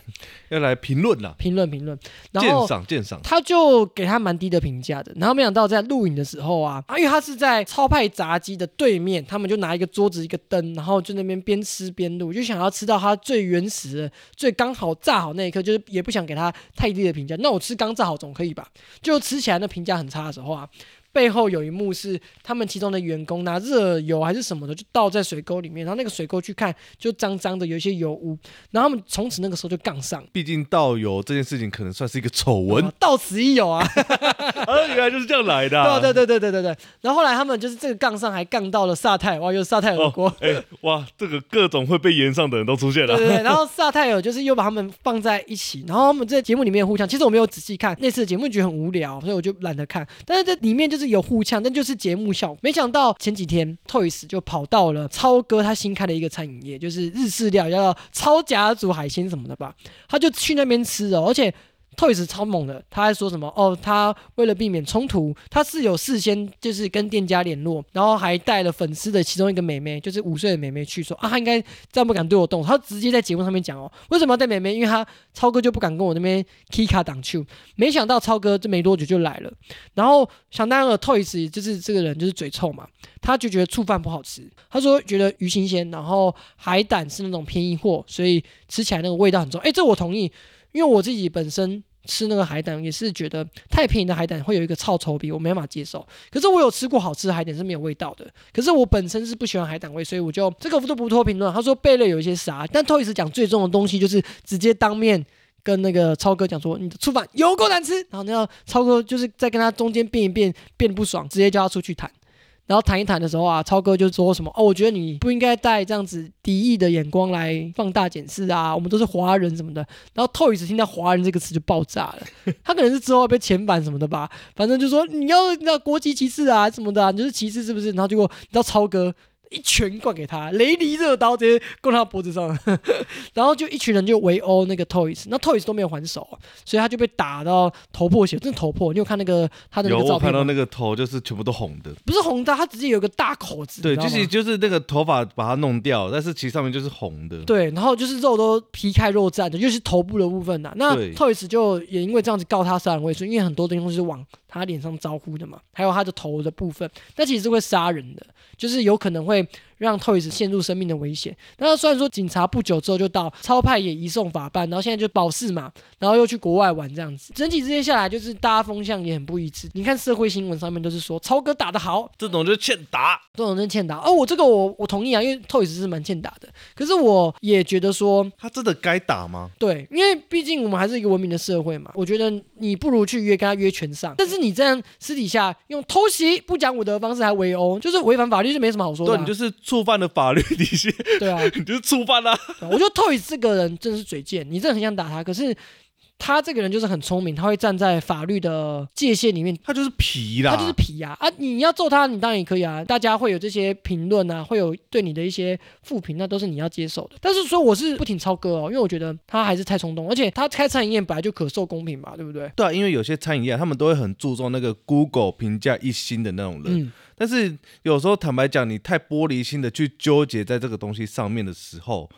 B: 要来评论啦，
A: 评论评论，然后
B: 鉴赏鉴赏，
A: 他就给他蛮低的评价的。然后没想到在录影的时候啊，啊因为他是在超派炸鸡的对面，他们就拿一个桌子一个灯，然后就那边边吃边录，就想要吃到他最原始的、最刚好炸好那一刻，就是也不想给他太低的评价。那我吃刚炸好总可以吧？就吃起来那评价很差的时候啊。背后有一幕是他们其中的员工拿热油还是什么的，就倒在水沟里面，然后那个水沟去看就脏脏的，有一些油污，然后他们从此那个时候就杠上，
B: 毕竟倒油这件事情可能算是一个丑 闻
A: 啊，到此一游啊。
B: 啊，原来就是这样来的、啊
A: 对啊对对对对对对。然后后来他们就是这个杠上还杠到了萨泰，哇，又是萨泰尔国。
B: 哦，哎、哇，这个各种会被延上的人都出现
A: 对
B: 了。
A: 啊对对，然后萨泰尔就是又把他们放在一起，然后他们在节目里面互呛。其实我没有仔细看那次的节目，觉得很无聊，所以我就懒得看。但是这里面就是有互呛，但就是节目效果。没想到前几天 Toys 就跑到了超哥他新开的一个餐饮业，就是日式料，叫超甲煮海鲜什么的吧，他就去那边吃哦，而且 Toys 超猛的，他还说什么哦，他为了避免冲突，他是有事先就是跟店家联络，然后还带了粉丝的其中一个妹妹，就是五岁的妹妹去说啊，他应该再不敢对我动手，他直接在节目上面讲哦，为什么要带妹妹？因为他超哥就不敢跟我那边 K 卡挡去，没想到超哥这没多久就来了，然后想当然了，Toys 就是这个人就是嘴臭嘛，他就觉得醋饭不好吃，他说觉得鱼新鲜，然后海胆是那种便宜货，所以吃起来那个味道很重。哎，这我同意，因为我自己本身吃那个海胆也是觉得太便宜的海胆会有一个臭臭鼻，我没办法接受。可是我有吃过好吃的海胆是没有味道的，可是我本身是不喜欢海胆味，所以我就这个都不多评论。他说贝类有一些傻，但 Toys 讲最重的东西就是直接当面。跟那个超哥讲说，你的醋饭有够难吃，然后那个超哥就是在跟他中间辩一辩，辩不爽，直接叫他出去谈。然后谈一谈的时候啊，超哥就说什么哦，我觉得你不应该带这样子敌意的眼光来放大检视啊，我们都是华人什么的。然后 Toys 听到“华人”这个词就爆炸了，他可能是之后被遣返什么的吧，反正就说你要那国籍歧视啊什么的、啊，你就是歧视是不是？然后结果你知道超哥。一拳灌给他，雷迪热刀直接灌到他脖子上， 然后就一群人就围殴那个 Toys，那 Toys 都没有还手啊，所以他就被打到头破血，真的头破。你有看那个他的那
B: 有
A: 个照
B: 我
A: 片
B: 看
A: 吗
B: 到那个头就是全部都红的，
A: 不是红的，它直接有个大口子，
B: 对，
A: 你知道
B: 就
A: 吗
B: 是就是那个头发把它弄掉，但是其实上面就是红的。
A: 对，然后就是肉都皮开肉绽的，尤其是头部的部分呐、啊那
B: 对
A: Toys 就也因为这样子告他杀人未遂，因为很多东西是往他脸上招呼的嘛，还有他的头的部分，那其实是会杀人的，就是有可能会让 Toys 陷入生命的危险。那虽然说警察不久之后就到，超派也移送法办，然后现在就保释嘛，然后又去国外玩这样子，整体之间下来就是大家风向也很不一致。你看社会新闻上面都是说超哥打得好，
B: 这种就是欠打。
A: 这种真欠打。哦，我这个我我同意啊，因为 Toys 是蛮欠打的。可是我也觉得说，
B: 他真的该打吗？
A: 对，因为毕竟我们还是一个文明的社会嘛。我觉得你不如去约跟他约拳上，但是你这样私底下用偷袭不讲武德的方式还围殴，就是违反法律，就没什么好说的
B: 对，
A: 啊、
B: 你就是触犯了法律底线，
A: 对啊。
B: 你就是触犯了、
A: 对啊我觉得 Toys 这个人真的是嘴贱，你真的很想打他，可是。他这个人就是很聪明，他会站在法律的界限里面
B: 他就是皮啦，
A: 他就是皮呀、啊！你要揍他，你当然也可以啊。大家会有这些评论啊，会有对你的一些负评，那都是你要接受的。但是说我是不挺超哥哦，因为我觉得他还是太冲动，而且他开餐饮店本来就可受公平嘛，对不对？
B: 对啊，因为有些餐饮业他们都会很注重那个 Google 评价一星的那种人，
A: 嗯，
B: 但是有时候坦白讲，你太玻璃心的去纠结在这个东西上面的时候，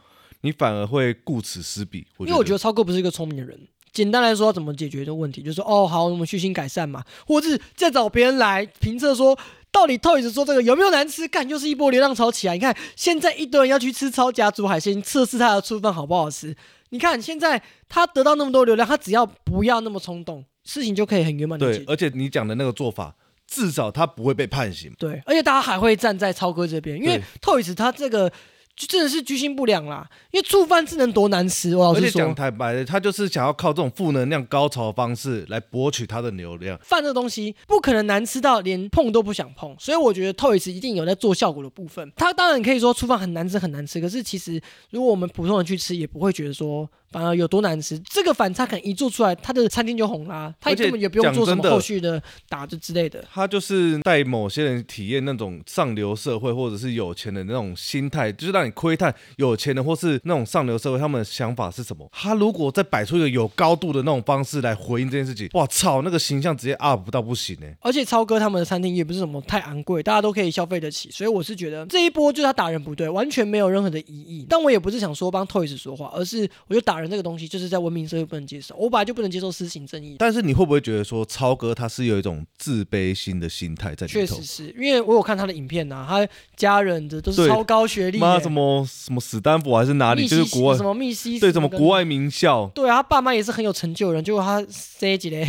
B: 你反而会顾此失彼。
A: 因
B: 我
A: 为我觉得超哥不是一个聪明的人。简单来说，要怎么解决这个问题？就是说哦，好，我们虚心改善嘛，或者是再找别人来评测说。到底 Toys 说这个有没有难吃？干，又是一波流浪潮起来。你看，现在一堆人要去吃超家煮海鲜，测试它的醋饭好不好吃。你看，现在他得到那么多流量，他只要不要那么冲动，事情就可以很圆满的解
B: 对，
A: 决。
B: 而且你讲的那个做法，至少他不会被判刑。
A: 对，而且大家还会站在超哥这边，因为
B: 对
A: Toys 他这个就真的是居心不良啦。因为醋饭是能多难吃，我老
B: 而
A: 实
B: 且讲
A: 说，
B: 坦白的，他就是想要靠这种负能量高潮的方式来博取他的流量。
A: 饭这东西不可能难吃到连碰都不想碰，所以我觉得 Toys 一定有在做效果的部分。它当然可以说醋饭很难吃很难吃，可是其实如果我们普通人去吃，也不会觉得说反而有多难吃。这个反差感一做出来，它的餐厅就红啦，它
B: 而且
A: 根本也不用做什
B: 讲
A: 么
B: 真的
A: 后续的打就之类的。
B: 他就是带某些人体验那种上流社会或者是有钱人的那种心态，就是让你窥探有钱人或是那种上流社会他们的想法是什么。他如果再摆出一个有高度的那种方式来回应这件事情，哇操，那个形象直接 up 到不行呢、欸
A: 而且超哥他们的餐厅也不是什么太昂贵，大家都可以消费得起，所以我是觉得这一波就是他打人不对，完全没有任何的疑义。但我也不是想说帮 Toys 说话，而是我觉得打人这个东西就是在文明社会不能接受，我本来就不能接受私刑正义。
B: 但是你会不会觉得说超哥他是有一种自卑心的心态在里
A: 确
B: 头
A: 实？是因为我有看他的影片呐、他家人的都是
B: 对
A: 超高学历耶、
B: 妈，什么什么史丹佛还是哪里，
A: 密
B: 就是
A: 西
B: 国
A: 什
B: 外
A: 么密西
B: 对什么
A: 跟
B: 国外名校，
A: 对啊，他爸妈也是很有成就的人，结果他塞几嘞，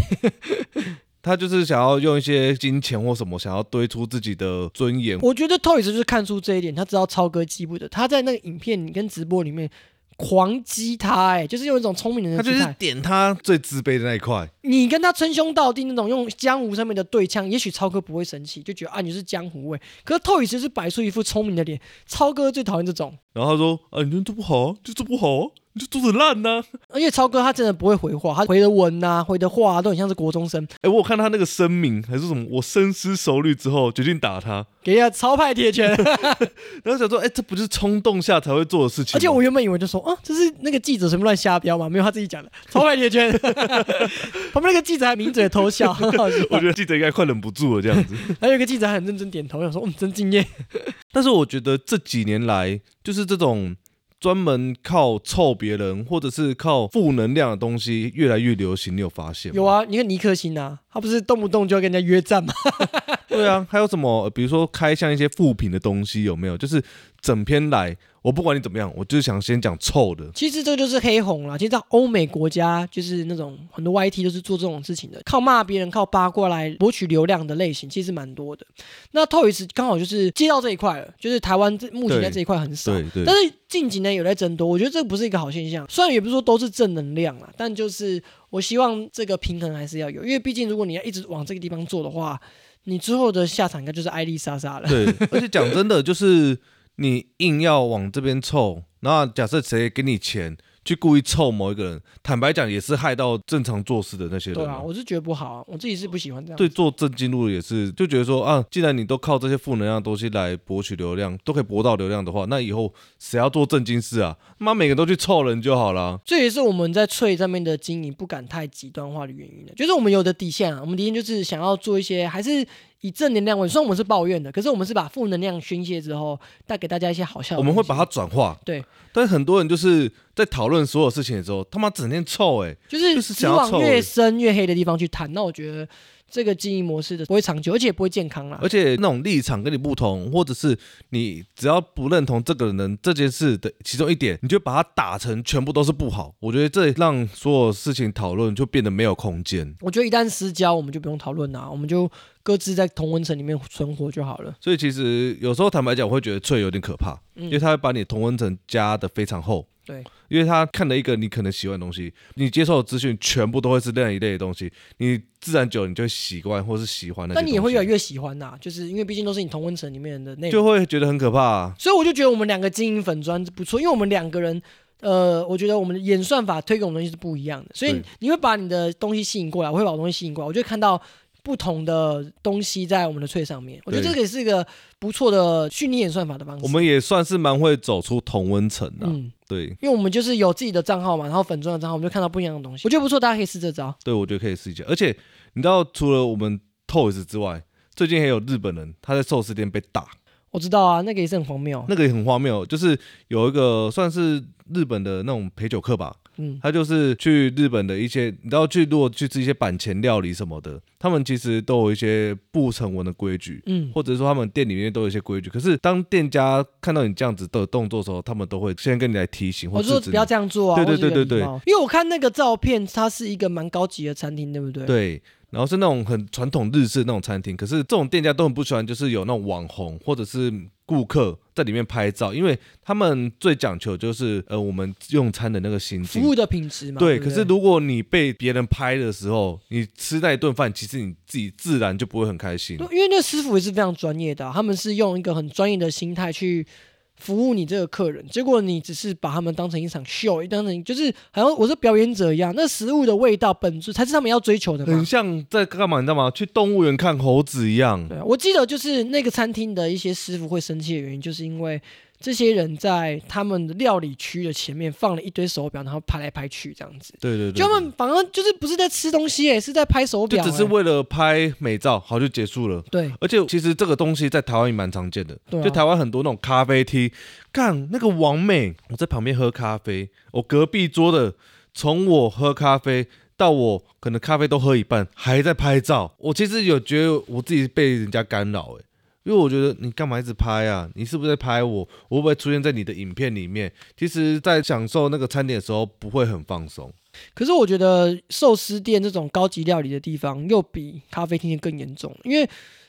B: 他就是想要用一些金钱或什么，想要堆出自己的尊严。
A: 我觉得 Toys 就是看出这一点，他知道超哥记不得，他在那个影片跟直播里面狂击他、哎，就是用一种聪明人
B: 他
A: 的
B: 就
A: 姿
B: 是
A: 态。
B: 点他最自卑的那一块，
A: 你跟他称兄道弟那种用江湖上面的对呛，也许超哥不会生气，就觉得啊你是江湖味。可是 Toys 就是摆出一副聪明的脸，超哥最讨厌这种。
B: 然后他说：“啊，你就做不好、啊，就做不好、啊，你就做的烂啊呐、
A: 而且超哥他真的不会回话，他回的文呐、回的话、啊、都很像是国中生。
B: 哎，我有看他那个声明还是什么，我深思熟虑之后决定打他。
A: 给他超派铁拳，
B: 然后想说，哎，这不是冲动下才会做的事情吗。
A: 而且我原本以为就说啊，这是那个记者什么乱瞎标嘛，没有他自己讲的超派铁拳。 旁边那个记者还抿嘴偷笑，很好笑。
B: 我觉得记者应该快忍不住了这样子。
A: 然后有一个记者还很认真点头，我想说嗯，真敬业。
B: 但是我觉得这几年来，就是这种专门靠臭别人或者是靠负能量的东西越来越流行，你有发现吗？
A: 有啊，你看尼克星啊，他不是动不动就要跟人家约战吗？
B: 对啊，还有什么？呃比如说开箱一些副品的东西，有没有？就是整篇来，我不管你怎么样，我就是想先讲臭的。
A: 其实这就是黑红啦。其实，在欧美国家，就是那种很多 YT 都是做这种事情的，靠骂别人、靠八卦来博取流量的类型，其实蛮多的。那 Toys 刚好就是接到这一块了，就是台湾这目前在这一块很少。
B: 对对
A: 但，是近几年有在增多，我觉得这不是一个好现象。虽然也不是说都是正能量啦，但就是我希望这个平衡还是要有，因为毕竟如果你要一直往这个地方做的话，你之后的下场应该就是艾丽莎莎了。
B: 对，而且讲真的，就是你硬要往这边凑，那假设谁给你钱去故意凑某一个人，坦白讲也是害到正常做事的那些人
A: 对啊，
B: 啊。
A: 我是觉得不好、啊，我自己是不喜欢这样。
B: 对，做正经路也是，就觉得说啊，既然你都靠这些负能量的东西来博取流量，都可以博到流量的话，那以后谁要做正经事啊？妈，每个都去凑人就好了。
A: 这也是我们在翠上面的经营不敢太极端化的原因了，就是我们有的底线啊，我们底线就是想要做一些还是以正能量为主，虽然我们是抱怨的，可是我们是把负能量宣泄之后，带给大家一些好笑的
B: 我
A: 东西。
B: 们会把它转化。
A: 对，
B: 但是很多人就是在讨论所有事情的时候，他妈整天臭哎、
A: 就是
B: 就是
A: 只
B: 想要
A: 往
B: 凑而
A: 越
B: 已
A: 深越黑的地方去谈。那我觉得这个经营模式的不会长久，而且也不会健康啦
B: 而。且那种立场跟你不同，或者是你只要不认同这个人这件事的其中一点，你就把它打成全部都是不好。我觉得这让所有事情讨论就变得没有空间。
A: 我觉得一旦私交，我们就不用讨论啦，我们就各自在同温层里面存活就好了。
B: 所以其实有时候坦白讲，我会觉得翠有点可怕，
A: 嗯
B: 因为他会把你同温层加的非常厚。
A: 对，
B: 因为他看了一个你可能喜欢的东西，你接受的资讯全部都会是那一类的东西，你自然久了你就会习惯或是喜欢那些
A: 但
B: 东西。
A: 你也会越来越喜欢呐，就是因为毕竟都是你同温层里面的内容。
B: 就会觉得很可怕、啊。
A: 所以我就觉得我们两个经营粉砖不错，因为我们两个人，呃，我觉得我们的演算法推给我们的东西是不一样的，所以
B: 对
A: 你会把你的东西吸引过来，我会把我东西吸引过来，我就会看到不同的东西在我们的脆上面。我觉得
B: 对
A: 这个也是一个不错的训练演算法的方式。
B: 我们也算是蛮会走出同温层的啊、
A: 嗯，
B: 对
A: 因为我们就是有自己的账号嘛，然后粉砖的账号，我们就看到不一样的东西，我觉得不错，大家可以试这招。
B: 对，我觉得可以试一下。而且你知道，除了我们 Toys 之外，最近还有日本人他在寿司店被打，
A: 我知道啊，那个也是很荒谬。
B: 那个也很荒谬。就是有一个算是日本的那种陪酒客吧，
A: 嗯，
B: 他就是去日本的一些，你知道去如果去吃一些板前料理什么的，他们其实都有一些不成文的规矩。
A: 嗯，
B: 或者说他们店里面都有一些规矩，可是当店家看到你这样子的动作的时候，他们都会先跟你来提醒或
A: 我
B: 制
A: 说
B: 止
A: 不
B: 你
A: 要。这样做啊，
B: 对对
A: 或者
B: 对对
A: 有礼
B: 对
A: 貌，因为我看那个照片，它是一个蛮高级的餐厅，对不对？
B: 对，然后是那种很传统日式那种餐厅，可是这种店家都很不喜欢，就是有那种网红或者是顾客在里面拍照，因为他们最讲求就是呃我们用餐的那个心
A: 服务
B: 境。
A: 的品质嘛。
B: 对，
A: 啊不
B: 可是如果你被别人拍的时候，你吃那一顿饭，其实你自己自然就不会很开心。
A: 对因为那师傅也是非常专业的啊、他们是用一个很专业的心态去服务你这个客人，结果你只是把他们当成一场秀，当成就是好像我是表演者一样，那食物的味道本质才是他们要追求的嘛
B: 很。像在干嘛，你知道吗？去动物园看猴子一样。
A: 对啊，我记得就是那个餐厅的一些师傅会生气的原因，就是因为这些人在他们的料理区的前面放了一堆手表，然后拍来拍去这样子，
B: 对对对，
A: 就他们反而就是不是在吃东西、欸，是在拍手
B: 就
A: 表欸、
B: 只是为了拍美照，好就结束了。
A: 对
B: 而且其实这个东西在台湾也蛮常见的，
A: 对啊
B: 就台湾很多那种咖啡厅，干那个王美，我在旁边喝咖啡，我隔壁桌的从我喝咖啡到我可能咖啡都喝一半，还在拍照，我其实有觉得我自己被人家干扰、欸，因为我觉得你干嘛一直拍啊？你是不是在拍我？我会不会出现在你的影片里面？其实，在享受那个餐点的时候，不会很放松。
A: 可是我觉得寿司店这种高级料理的地方，又比咖啡厅更严重，因为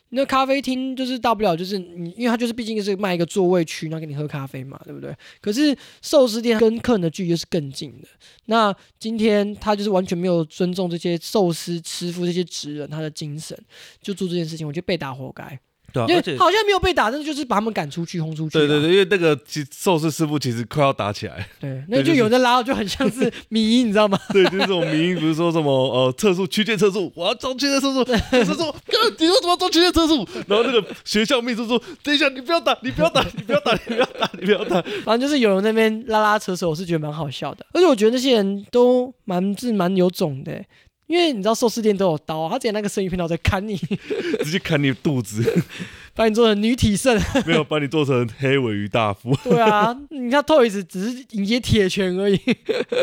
A: 那咖啡厅就是大不了就是你，因为它就是毕竟是卖一个座位区，然后给你喝咖啡嘛，对不对？可是寿司店跟客人的距离又是更近的。那今天他就是完全没有尊重这些寿司师傅这些职人他的精神，就做这件事情，我觉得被打活该。
B: 对、
A: 因为好啊像没有被打，但是就是把他们赶出去、轰出去啊、
B: 啊对对对，因为那个其寿司师傅其实快要打起来了。
A: 对，那就有的拉，就很像是迷因，你知道吗？
B: 对，就是这种民意，不是说什么呃测速区间测速，我要装区间 测速，测速，干你为什么要装区间测速？然后那个学校秘书说，等一下你不要打，你不要打，你不要打，你不要打，你不要打。
A: 反正就是有人在那边拉拉扯扯，我是觉得蛮好笑的。而且我觉得那些人都蛮是蛮有种的欸，因为你知道寿司店都有刀啊，他直接拿个生鱼片刀在砍你，
B: 直接砍你肚子，
A: 把你做成女体盛。
B: 没有把你做成黑尾鱼大夫，
A: 对啊，你看 Toys 只是迎接铁拳而已，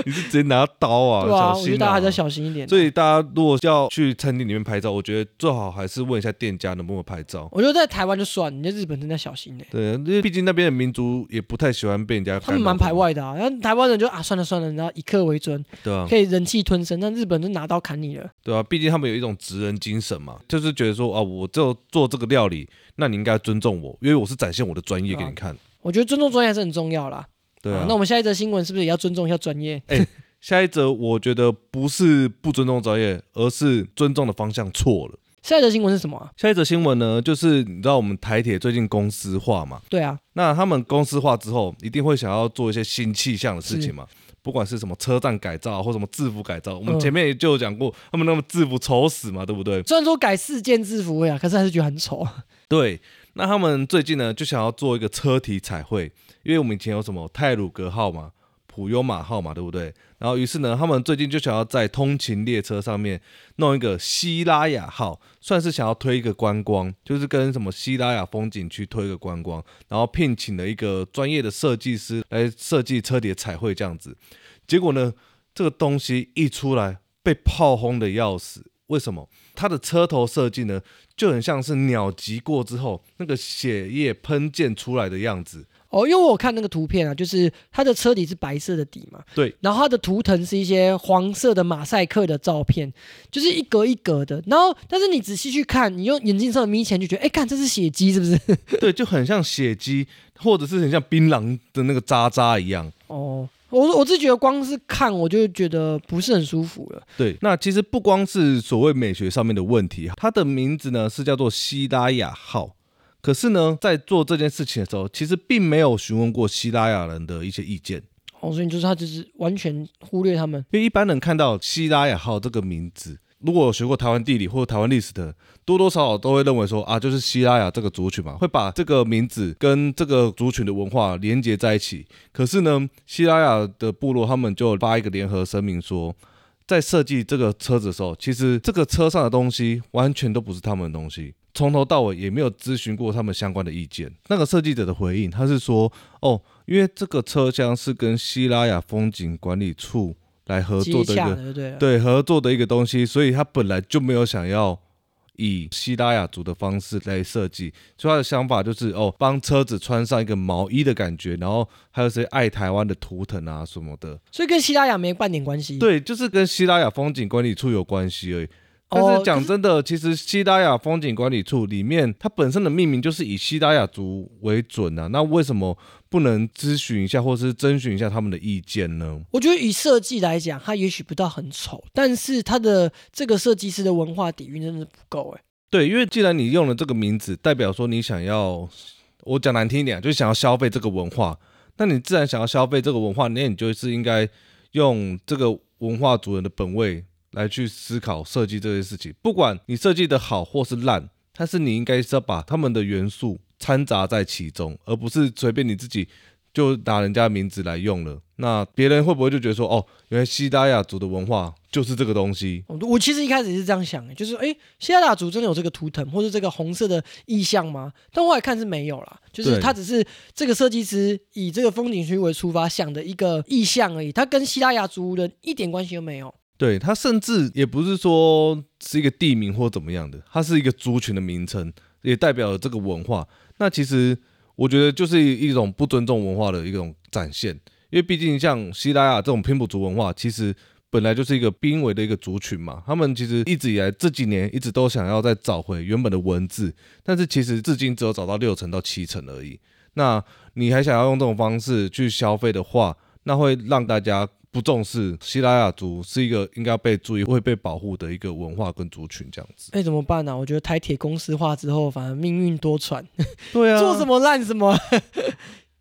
B: 你是直接拿刀啊，
A: 对啊，
B: 小
A: 我觉得
B: 心
A: 大家还是要
B: 啊。
A: 小心一点。
B: 所以大家如果要去餐厅里面拍照，我觉得最好还是问一下店家能不能拍照。
A: 我觉得在台湾就算，你在日本真的要小心呢。
B: 对，因为毕竟那边的民族也不太喜欢被人家干扰。
A: 他们蛮排外的啊，然后台湾人就啊算了算了，然后以客为尊，
B: 对啊，
A: 可以人气吞声。但日本就拿刀砍你了，
B: 对啊，毕竟他们有一种职人精神嘛，就是觉得说啊，我就做这个料理，那你应该尊重我，因为我是展现我的专业给你看。
A: 我觉得尊重专业还是很重要啦。
B: 对
A: 好
B: 啊，
A: 啊那我们下一则新闻是不是也要尊重一下专业？
B: 下一则我觉得不是不尊重专业，而是尊重的方向错了。
A: 下一则新闻是什么啊？
B: 下一则新闻呢，就是你知道我们台铁最近公司化嘛，
A: 对啊，
B: 那他们公司化之后，一定会想要做一些新气象的事情嘛。不管是什么车站改造啊或什么制服改造，我们
A: 嗯
B: 前面也就有讲过，他们那么制服丑死嘛，对不对？
A: 虽然说改四件制服会啊，可是还是觉得很丑。
B: 对，那他们最近呢就想要做一个车体彩绘，因为我们以前有什么泰鲁格号嘛、普悠玛号嘛，对不对？然后于是呢，他们最近就想要在通勤列车上面弄一个希拉雅号，算是想要推一个观光，就是跟什么希拉雅风景区推一个观光，然后聘请了一个专业的设计师来设计车体的彩绘这样子。结果呢，这个东西一出来被炮轰的要死，为什么？它的车头设计呢，就很像是鸟击过之后那个血液喷溅出来的样子。
A: 哦，因为我有看那个图片啊，就是它的车底是白色的底嘛，
B: 对，
A: 然后它的图腾是一些黄色的马赛克的照片，就是一格一格的。然后，但是你仔细去看，你用眼睛上的眯起来就觉得，哎，看这是血迹是不 是？
B: 对，就很像血迹，或者是很像槟榔的那个渣渣一样。
A: 哦，我我自己觉得光是看我就觉得不是很舒服了。
B: 对，那其实不光是所谓美学上面的问题，它的名字呢是叫做希拉雅号。可是呢，在做这件事情的时候，其实并没有询问过希拉雅人的一些意见，
A: 哦，所以就是它就是完全忽略他们。
B: 因为一般人看到希拉雅号这个名字，如果有学过台湾地理或者台湾历史的，多多少少都会认为说啊，就是希拉雅这个族群嘛，会把这个名字跟这个族群的文化连接在一起。可是呢，希拉雅的部落他们就发一个联合声明说。在设计这个车子的时候，其实这个车上的东西完全都不是他们的东西，从头到尾也没有咨询过他们相关的意见。那个设计者的回应，他是说：“哦，因为这个车厢是跟希拉雅风景管理处来合
A: 接
B: 作呃的一
A: 洽
B: 个
A: 了，对不对了？啊
B: 对合作的一个东西，所以他本来就没有想要以希拉雅族的方式来设计，所以他的想法就是哦，帮车子穿上一个毛衣的感觉，然后还有些爱台湾的图腾啊什么的，嗯
A: 所以跟希拉雅没半点关系。
B: 对，就是跟希拉雅风景管理处有关系而已。但
A: 哦
B: 是讲真的，其实西达雅风景管理处里面，它本身的命名就是以西达雅族为准啊。那为什么不能咨询一下，或是征询一下他们的意见呢？
A: 我觉得以设计来讲，它也许不到很丑，但是它的这个设计师的文化底蕴真的是不够哎。
B: 对，因为既然你用了这个名字，代表说你想要，我讲难听一点啊，就是想要消费这个文化。那你自然想要消费这个文化，那你就是应该用这个文化主人的本位来去思考设计这些事情。不管你设计的好或是烂，但是你应该是要把他们的元素掺杂在其中，而不是随便你自己就拿人家名字来用了。那别人会不会就觉得说，哦，原来西达雅族的文化就是这个东西？
A: 我我其实一开始是这样想的，就是哎，希腊雅族真的有这个图腾或者这个红色的意象吗？但后来看是没有啦，就是
B: 对
A: 它只是这个设计师以这个风景区为出发想的一个意象而已，它跟希腊雅族人一点关系都没有。
B: 对，它甚至也不是说是一个地名或怎么样的，它是一个族群的名称，也代表了这个文化。那其实我觉得就是一种不尊重文化的一种展现，因为毕竟像希拉雅这种拼补族文化，其实本来就是一个濒危的一个族群嘛，他们其实一直以来这几年一直都想要再找回原本的文字，但是其实至今只有找到六成到七成而已。那你还想要用这种方式去消费的话，那会让大家不重视希拉雅族是一个应该被注意、会被保护的一个文化跟族群这样子。
A: 哎，怎么办呢、我觉得台铁公司化之后，反而命运多舛，
B: 对啊
A: 做什？么烂什么。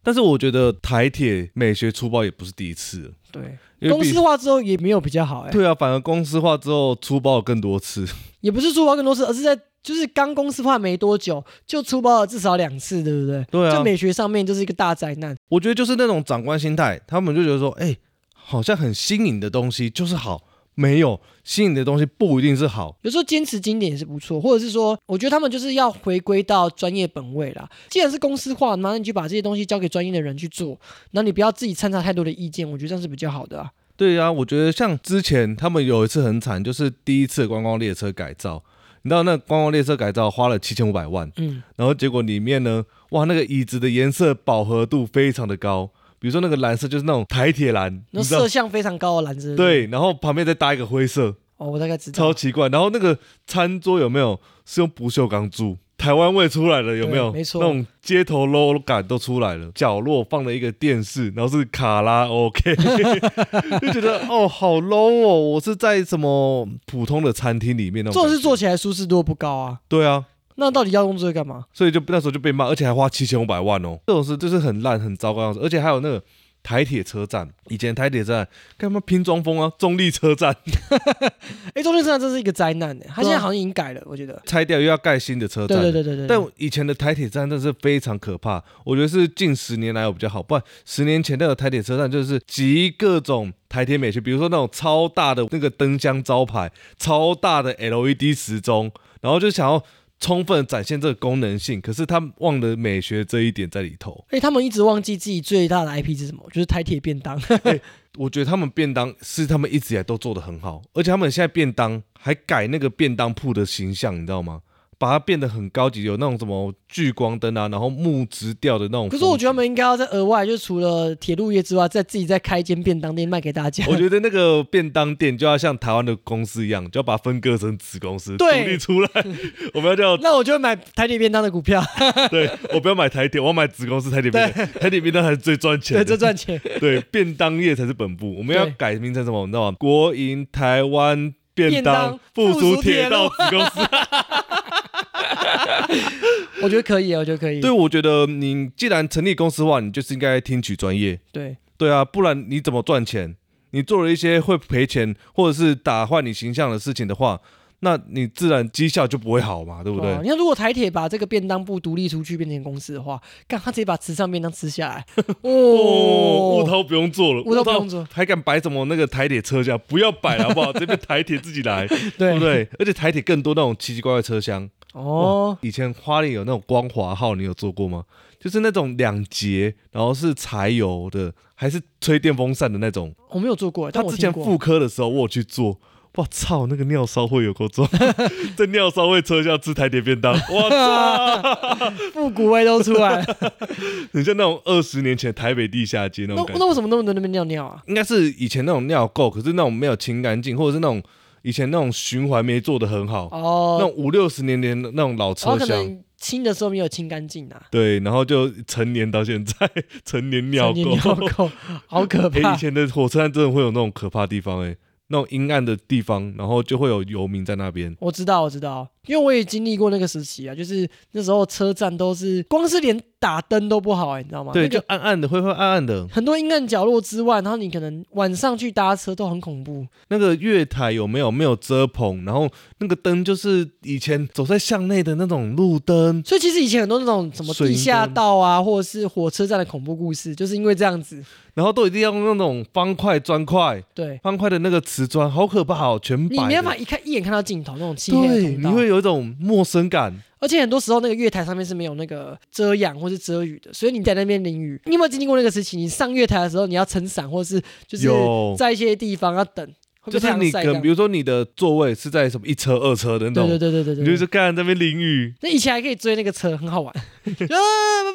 B: 但是我觉得台铁美学粗暴也不是第一次了，
A: 对，
B: 因为
A: 公
B: 毕
A: 司化之后也没有比较好哎、
B: 对啊，反而公司化之后粗暴了更多次。
A: 也不是出包更多次，而是在就是刚公司化没多久就出包了至少两次，对不对？
B: 对
A: 就
B: 啊，
A: 美学上面就是一个大灾难。
B: 我觉得就是那种长官心态，他们就觉得说，哎、好像很新颖的东西就是好，没有新颖的东西不一定是好。
A: 有时候坚持经典也是不错，或者是说，我觉得他们就是要回归到专业本位啦。既然是公司化，那你就把这些东西交给专业的人去做，那你不要自己掺杂太多的意见，我觉得这样是比较好的啊。
B: 对啊，我觉得像之前他们有一次很惨，就是第一次观光列车改造，你知道那观光列车改造花了七千五百万。
A: 嗯，
B: 然后结果里面呢，哇，那个椅子的颜色饱和度非常的高，比如说那个蓝色就是那种台铁蓝，
A: 那
B: 你知道
A: 色？相非常高的蓝色，，
B: 对，然后旁边再搭一个灰色，
A: 哦，我大概知道
B: 超，奇怪。然后那个餐桌有没有是用不锈钢柱？台湾味出来了，有没有？
A: 对没错
B: 那种街头 low 感都出来了。角落放了一个电视，然后是卡拉 OK，就觉得哦，好 low 哦！我是在什么普通的餐厅里面那种
A: 做
B: 感觉。
A: 事做起来舒适度不高啊。
B: 对啊，
A: 那到底要用这个干嘛？
B: 所以就那时候就被骂，而且还花七千五百万哦，这种事就是很烂很糟糕的样子，而且还有那个台铁车站，以前台铁车站干嘛拼装风啊，中立车站
A: 哎，中间车站真是一个灾难呢、他
B: 对
A: 现
B: 啊
A: 在好像已经改了，我觉得。
B: 拆掉又要盖新的车
A: 对
B: 站，
A: 对对对对。
B: 但我以前的台铁站真的是非常可怕，我觉得是近十年来有比较好，不然十年前那个台铁车站就是集各种台铁美学，比如说那种超大的那个灯箱招牌、超大的 LED 时钟，然后就想要充分展现这个功能性，可是他们忘了美学这一点在里头。
A: 哎、他们一直忘记自己最大的 IP 是什么，就是台铁便当。
B: 我觉得他们便当是他们一直以来都做得很好，而且他们现在便当还改那个便当铺的形象，你知道吗？把它变得很高级，有那种什么聚光灯啊，然后木质调的那 种。
A: 可是我觉得他，们应该要在额外，就除了铁路业之外，再自己再开一间便当店卖给大家。
B: 我觉得那个便当店就要像台湾的公司一样，就要把它分割成子公司，独
A: 对
B: 立出来。我们要叫
A: 那我就会买台铁便当的股 票，
B: 对，我不要买台铁，我要买子公司台铁便当，台铁便当还是最赚钱
A: 对，
B: 的，
A: 这赚钱。
B: 对，便当业才是本部，我们要
A: 对
B: 改名成什么？你知道吗？国营台湾便当
A: 便当
B: 附
A: 附属
B: 属铁道子公司。
A: 我觉得可以，我觉得可以。
B: 对，我觉得你既然成立公司的话，你就是应该听取专业。
A: 对
B: 对啊，不然你怎么赚钱？你做了一些会赔钱或者是打坏你形象的事情的话，那你自然绩效就不会好嘛，对不对？
A: 哦你看，如果台铁把这个便当部独立出去变成公司的话，干他直接把慈善便当吃 下来。
B: 哦，雾
A: 哦，
B: 涛不用做了，
A: 雾涛不用做
B: 还敢摆什么那个台铁车厢？不要摆了好不好？这边台铁自己 来，对不
A: 对
B: 对？而且台铁更多那种奇奇怪怪的车厢，
A: 哦，
B: 以前花莲有那种光华号，你有坐过吗？就是那种两节，然后是柴油的，还是吹电风扇的那种。
A: 我没有做过，
B: 他
A: 但我
B: 之
A: 听
B: 前
A: 过
B: 妇科的时候，我有去做。我操，那个尿骚会有 够重，在尿骚会车厢吃台铁便当，我 操！
A: 复古味都出 来了。
B: 很像那种二十年前台北地下街那
A: 那
B: 种感觉
A: 那。为什么那么多人在那边尿尿啊？
B: 应该是以前那种尿垢，可是那种没有清干净，或者是那种以前那种循环没做的很好，那
A: 哦，
B: 种五六十年前的那种老
A: 然后
B: 车
A: 可
B: 厢，
A: 能清的时候没有清干净啊，
B: 对，然后就成年到现在， 成年尿
A: 曾经
B: 垢。
A: 尿垢，好可
B: 哎、
A: 怕
B: 以。前的火车站真的会有那种可怕的地方、哎，那种阴暗的地方，然后就会有游民在那边。
A: 我知道，我知道，因为我也经历过那个时期啊，就是那时候车站都是光是连打灯都不好、哎，你知道吗？
B: 对，
A: 那
B: 就
A: 个
B: 暗暗的，灰灰暗暗的。
A: 很多阴暗角落之外，然后你可能晚上去搭车都很恐怖。
B: 那个月台有没有没有遮棚？然后那个灯就是以前走在巷内的那种路灯。
A: 所以其实以前很多那种什么
B: 水
A: 地
B: 银
A: 下
B: 灯
A: 道啊，或者是火车站的恐怖故事，就是因为这样子。
B: 然后都一定要用那种方块砖块，
A: 对，
B: 方块的那个瓷砖，好可怕哦，全白
A: 你
B: 的。
A: 没办法一看一眼看到尽头那种漆黑的
B: 对，
A: 通
B: 你
A: 道，
B: 会有一种陌生感。
A: 而且很多时候那个月台上面是没有那个遮阳或是遮雨的，所以你在那边淋雨。你有没有经历过那个时期？你上月台的时候，你要撑伞，或是就是
B: 有
A: 在一些地方要等，会
B: 就
A: 被太
B: 是
A: 阳
B: 你
A: 晒
B: 可
A: 到
B: 能比如说你的座位是在什么一车二车的那
A: 对
B: 种，
A: 对对对对对
B: 你就是干在那边淋雨。
A: 那以前还可以追那个车，很 好玩，啊，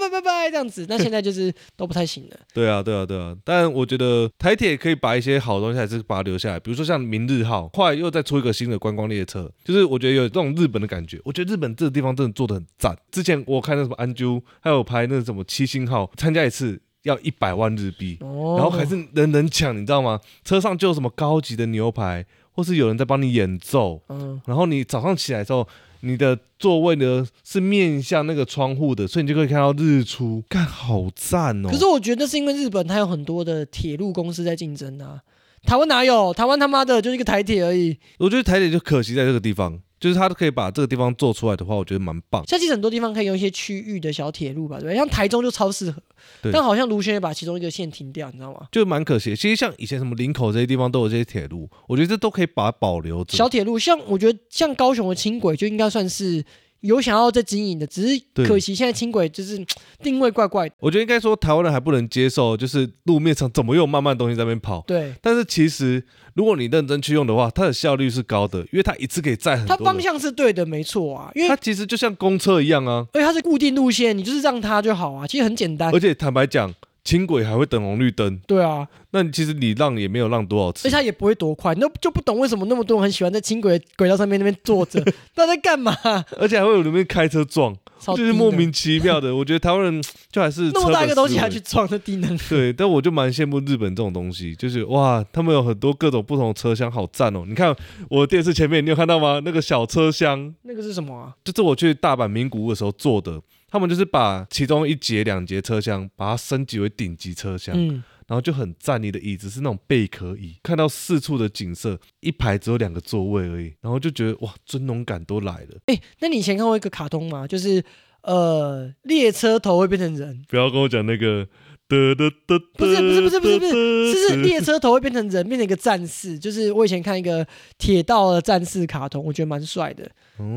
A: 拜拜拜拜这样子。那现在就是都不太行了。
B: 对啊，对啊，对啊。但我觉得台铁可以把一些好东西还是把它留下来，比如说像明日号，后来又再出一个新的观光列车，就是我觉得有这种日本的感觉。我觉得日本这个地方真的做的很赞。之前我看那什么安啾，还有拍那什么七星号，参加一次要一百万日币，
A: 哦
B: 然后还是人人抢，你知道吗？车上就有什么高级的牛排，或是有人在帮你演奏，
A: 嗯，
B: 然后你早上起来的时候，你的座位呢是面向那个窗户的，所以你就可以看到日出，干好赞哦！
A: 可是我觉得那是因为日本它有很多的铁路公司在竞争啊，台湾哪有？台湾他妈的就是一个台铁而已。
B: 我觉得台铁就可惜在这个地方，就是它可以把这个地方做出来的话，我觉得蛮棒。
A: 像其实很多地方可以用一些区域的小铁路吧，对不对？像台中就超适合，
B: 对
A: 但好像卢轩也把其中一个线停掉，你知道吗？
B: 就蛮可惜的，其实像以前什么林口这些地方都有这些铁路，我觉得这都可以把它保留着。
A: 小铁路，像我觉得像高雄的轻轨就应该算是有想要在经营的，只是
B: 对
A: 可惜现在轻轨就是定位怪怪的。
B: 我觉得应该说台湾人还不能接受，就是路面上怎么又有慢慢的东西在那边跑。
A: 对，
B: 但是其实如果你认真去用的话，它的效率是高的，因为它一次可以载很
A: 它
B: 多
A: 方
B: 人。
A: 向是对的，没错啊，因为
B: 它其实就像公车一样啊，
A: 而且它是固定路线，你就是让它就好啊，其实很简单
B: 而。且坦白讲，轻轨还会等红绿灯，
A: 对啊，
B: 那你其实你让也没有让多少次
A: 而且。它也不会多快，那就不懂为什么那么多人很喜欢在轻轨的轨道上面那边坐 着，不知道在干嘛，
B: 而且还会有人边开车撞，
A: 超
B: 就是
A: 低
B: 莫
A: 能
B: 名其妙的。我觉得台湾人就还是
A: 那么
B: 车
A: 大一
B: 本
A: 个东西
B: 思
A: 还
B: 维
A: 去撞，这低能。
B: 对，但我就蛮羡慕日本这种东西，就是哇，他们有很多各种不同的车厢，好赞哦！你看我电视前面，你有看到吗？那个小车厢，
A: 那个是什么啊？
B: 就是我去大阪名古屋的时候坐的。他们就是把其中一节、两节车厢，把它升级为顶级车厢，
A: 嗯，
B: 然后就很赞。你的椅子是那种贝壳椅，看到四处的景色，一排只有两个座位而已，然后就觉得哇，尊荣感都来了。
A: 哎、那你以前看过一个卡通吗？就是呃，列车头会变成人，
B: 不要跟我讲那个的的的，
A: 不是不是不是不是不
B: 是
A: 是是列车头会变成人，变成一个战士。就是我以前看一个铁道的战士卡通，我觉得蛮帅的，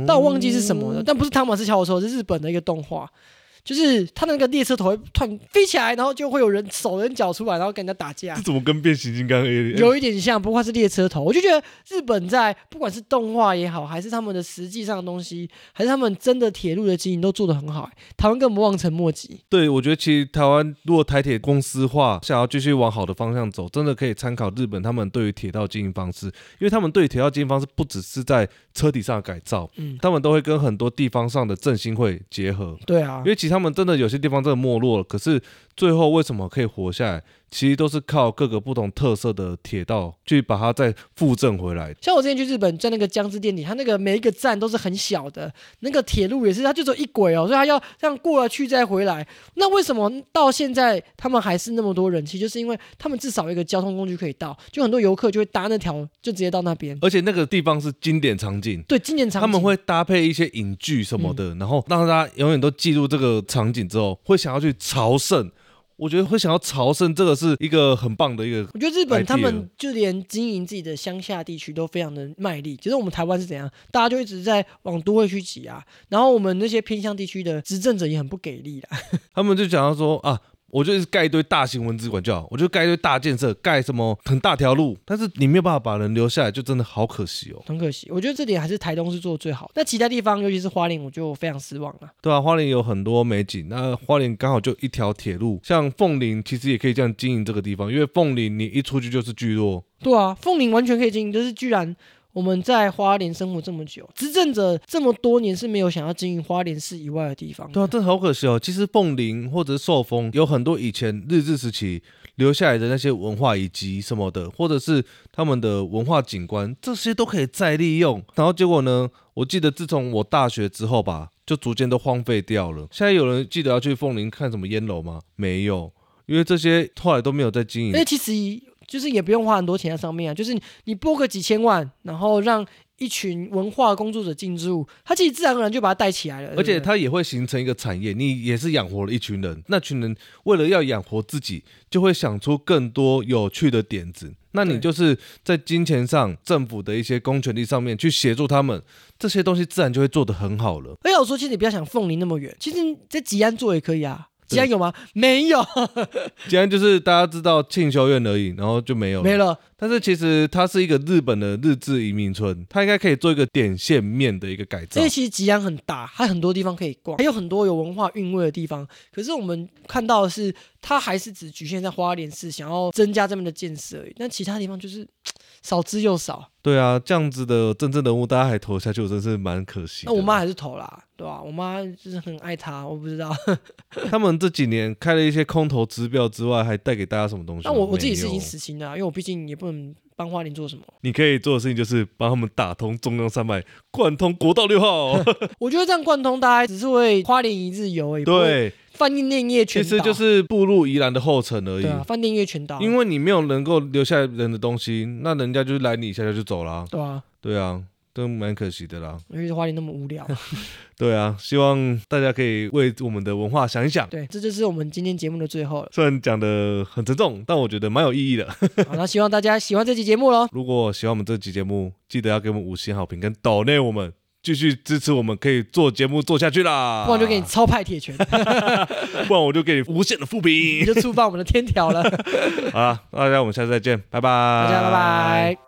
A: 但我忘记是什么了。但不是汤马斯乔说，是日本的一个动画。就是他那个列车头会突然飞起来，然后就会有人手跟脚出来，然后跟人家打架
B: 这。怎么跟变形金刚 A
A: 有一点像，不过它是列车头。我就觉得日本在不管是动画也好，还是他们的实际上的东西，还是他们真的铁路的经营都做得很好、欸台湾更不望尘莫及。
B: 对，我觉得其实台湾如果台铁公司化，想要继续往好的方向走，真的可以参考日本他们对于铁道经营方式，因为他们对于铁道经营方式不只是在车体上的改造，
A: 嗯，
B: 他们都会跟很多地方上的振兴会结合。
A: 对啊
B: 因，为其实他们真的有些地方真的没落了，可是最后为什么可以活下来，其实都是靠各个不同特色的铁道去把它再复振回来。
A: 像我之前去日本，在那个江之电铁，它那个每一个站都是很小的，那个铁路也是，它就只有一轨哦，所以它要这样过了去再回来。那为什么到现在他们还是那么多人气？就是因为他们至少有一个交通工具可以到，就很多游客就会搭那条，就直接到那边。
B: 而且那个地方是经典场景，嗯
A: 对，今年长
B: 他们会搭配一些影剧什么的，然后让大家永远都记住这个场景之后，会想要去朝圣。我觉得会想要朝圣，这个是一个很棒的一个。
A: 我觉得日本
B: idea
A: 他们就连经营自己的乡下地区都非常的卖力。其实我们台湾是怎样，大家就一直在往都会去挤啊，然后我们那些偏乡地区的执政者也很不给力啦。
B: 他们就想要说啊，我就是盖一堆大型文资馆就好，我就盖一堆大建设，盖什么很大条路，但是你没有办法把人留下来，就真的好可惜哦。
A: 很可惜。我觉得这点还是台东是做的最好，那其他地方，尤其是花莲，我就非常失望了。
B: 对啊，花莲有很多美景，那花莲刚好就一条铁路，像凤林其实也可以这样经营这个地方，因为凤林你一出去就是聚落，
A: 对啊，凤林完全可以经营，就是居然。我们在花莲生活这么久，执政者这么多年是没有想要经营花莲市以外的地方的。
B: 对啊，这好可惜哦。其实凤林或者是寿丰有很多以前日治时期留下来的那些文化遗迹什么的，或者是他们的文化景观，这些都可以再利用。然后结果呢？我记得自从我大学之后吧，就逐渐都荒废掉了。现在有人记得要去凤林看什么烟楼吗？没有，因为这些后来都没有在经营
A: 因为。其实就是也不用花很多钱在上面啊，就是你你拨个几千万，然后让一群文化工作者进入，他其实自然而然就把它带起来了。
B: 而且
A: 对不对
B: 它也会形成一个产业，你也是养活了一群人。那群人为了要养活自己，就会想出更多有趣的点子。那你
A: 对
B: 就是在金钱上、政府的一些公权力上面去协助他们，这些东西自然就会做得很好了。
A: 而且我说，其实你不要想凤林那么远，其实你在吉安做也可以啊。吉安
B: 对
A: 有吗？没有，
B: 既然就是大家知道庆修院而已，然后就没有了。
A: 没了。
B: 但是其实它是一个日本的日治移民村，它应该可以做一个点线面的一个改造
A: 因为。其实吉安很大，它很多地方可以逛，还有很多有文化韵味的地方。可是我们看到的是，它还是只局限在花莲市，想要增加这边的建设而已。那其他地方就是少之又少。
B: 对啊，这样子的政治人物大家还投下去，我真是蛮可惜的。
A: 那我妈还是投啦，对吧、我妈就是很爱他，我不知道。
B: 他们这几年开了一些空头支票之外，还带给大家什么东西吗？
A: 但我我自己是已
B: 没有
A: 经死心了啊、因为我毕竟也不能帮花莲做什么。
B: 你可以做的事情就是帮他们打通中央山脉，贯通国道 六号。
A: 我觉得这样贯通，大家只是会花莲一日游而已，不会
B: 对，
A: 饭店念业全岛，
B: 其实就是步入宜兰的后尘而已
A: 对。啊，饭店业全岛，
B: 因为你没有能够留下人的东西，那人家就来你一下就走啦。
A: 对啊，
B: 对啊，都蛮可惜的啦。
A: 因为花莲那么无 聊，
B: 对啊，希望大家可以为我们的文化想一想。
A: 对，这就是我们今天节目的最后了。
B: 虽然讲的很沉重，但我觉得蛮有意义的。
A: 好，那希望大家喜欢这期节目 喽。
B: 如果喜欢我们这期节目，记得要给我们五星好评跟抖内我们。继续支持我们，可以做节目做下去啦。
A: 不然就给你超派铁拳，
B: 不然我就给你无限的复评
A: 你。就触犯我们的天条了。
B: 好了，大家我们下次再见，拜拜。
A: 大家拜拜。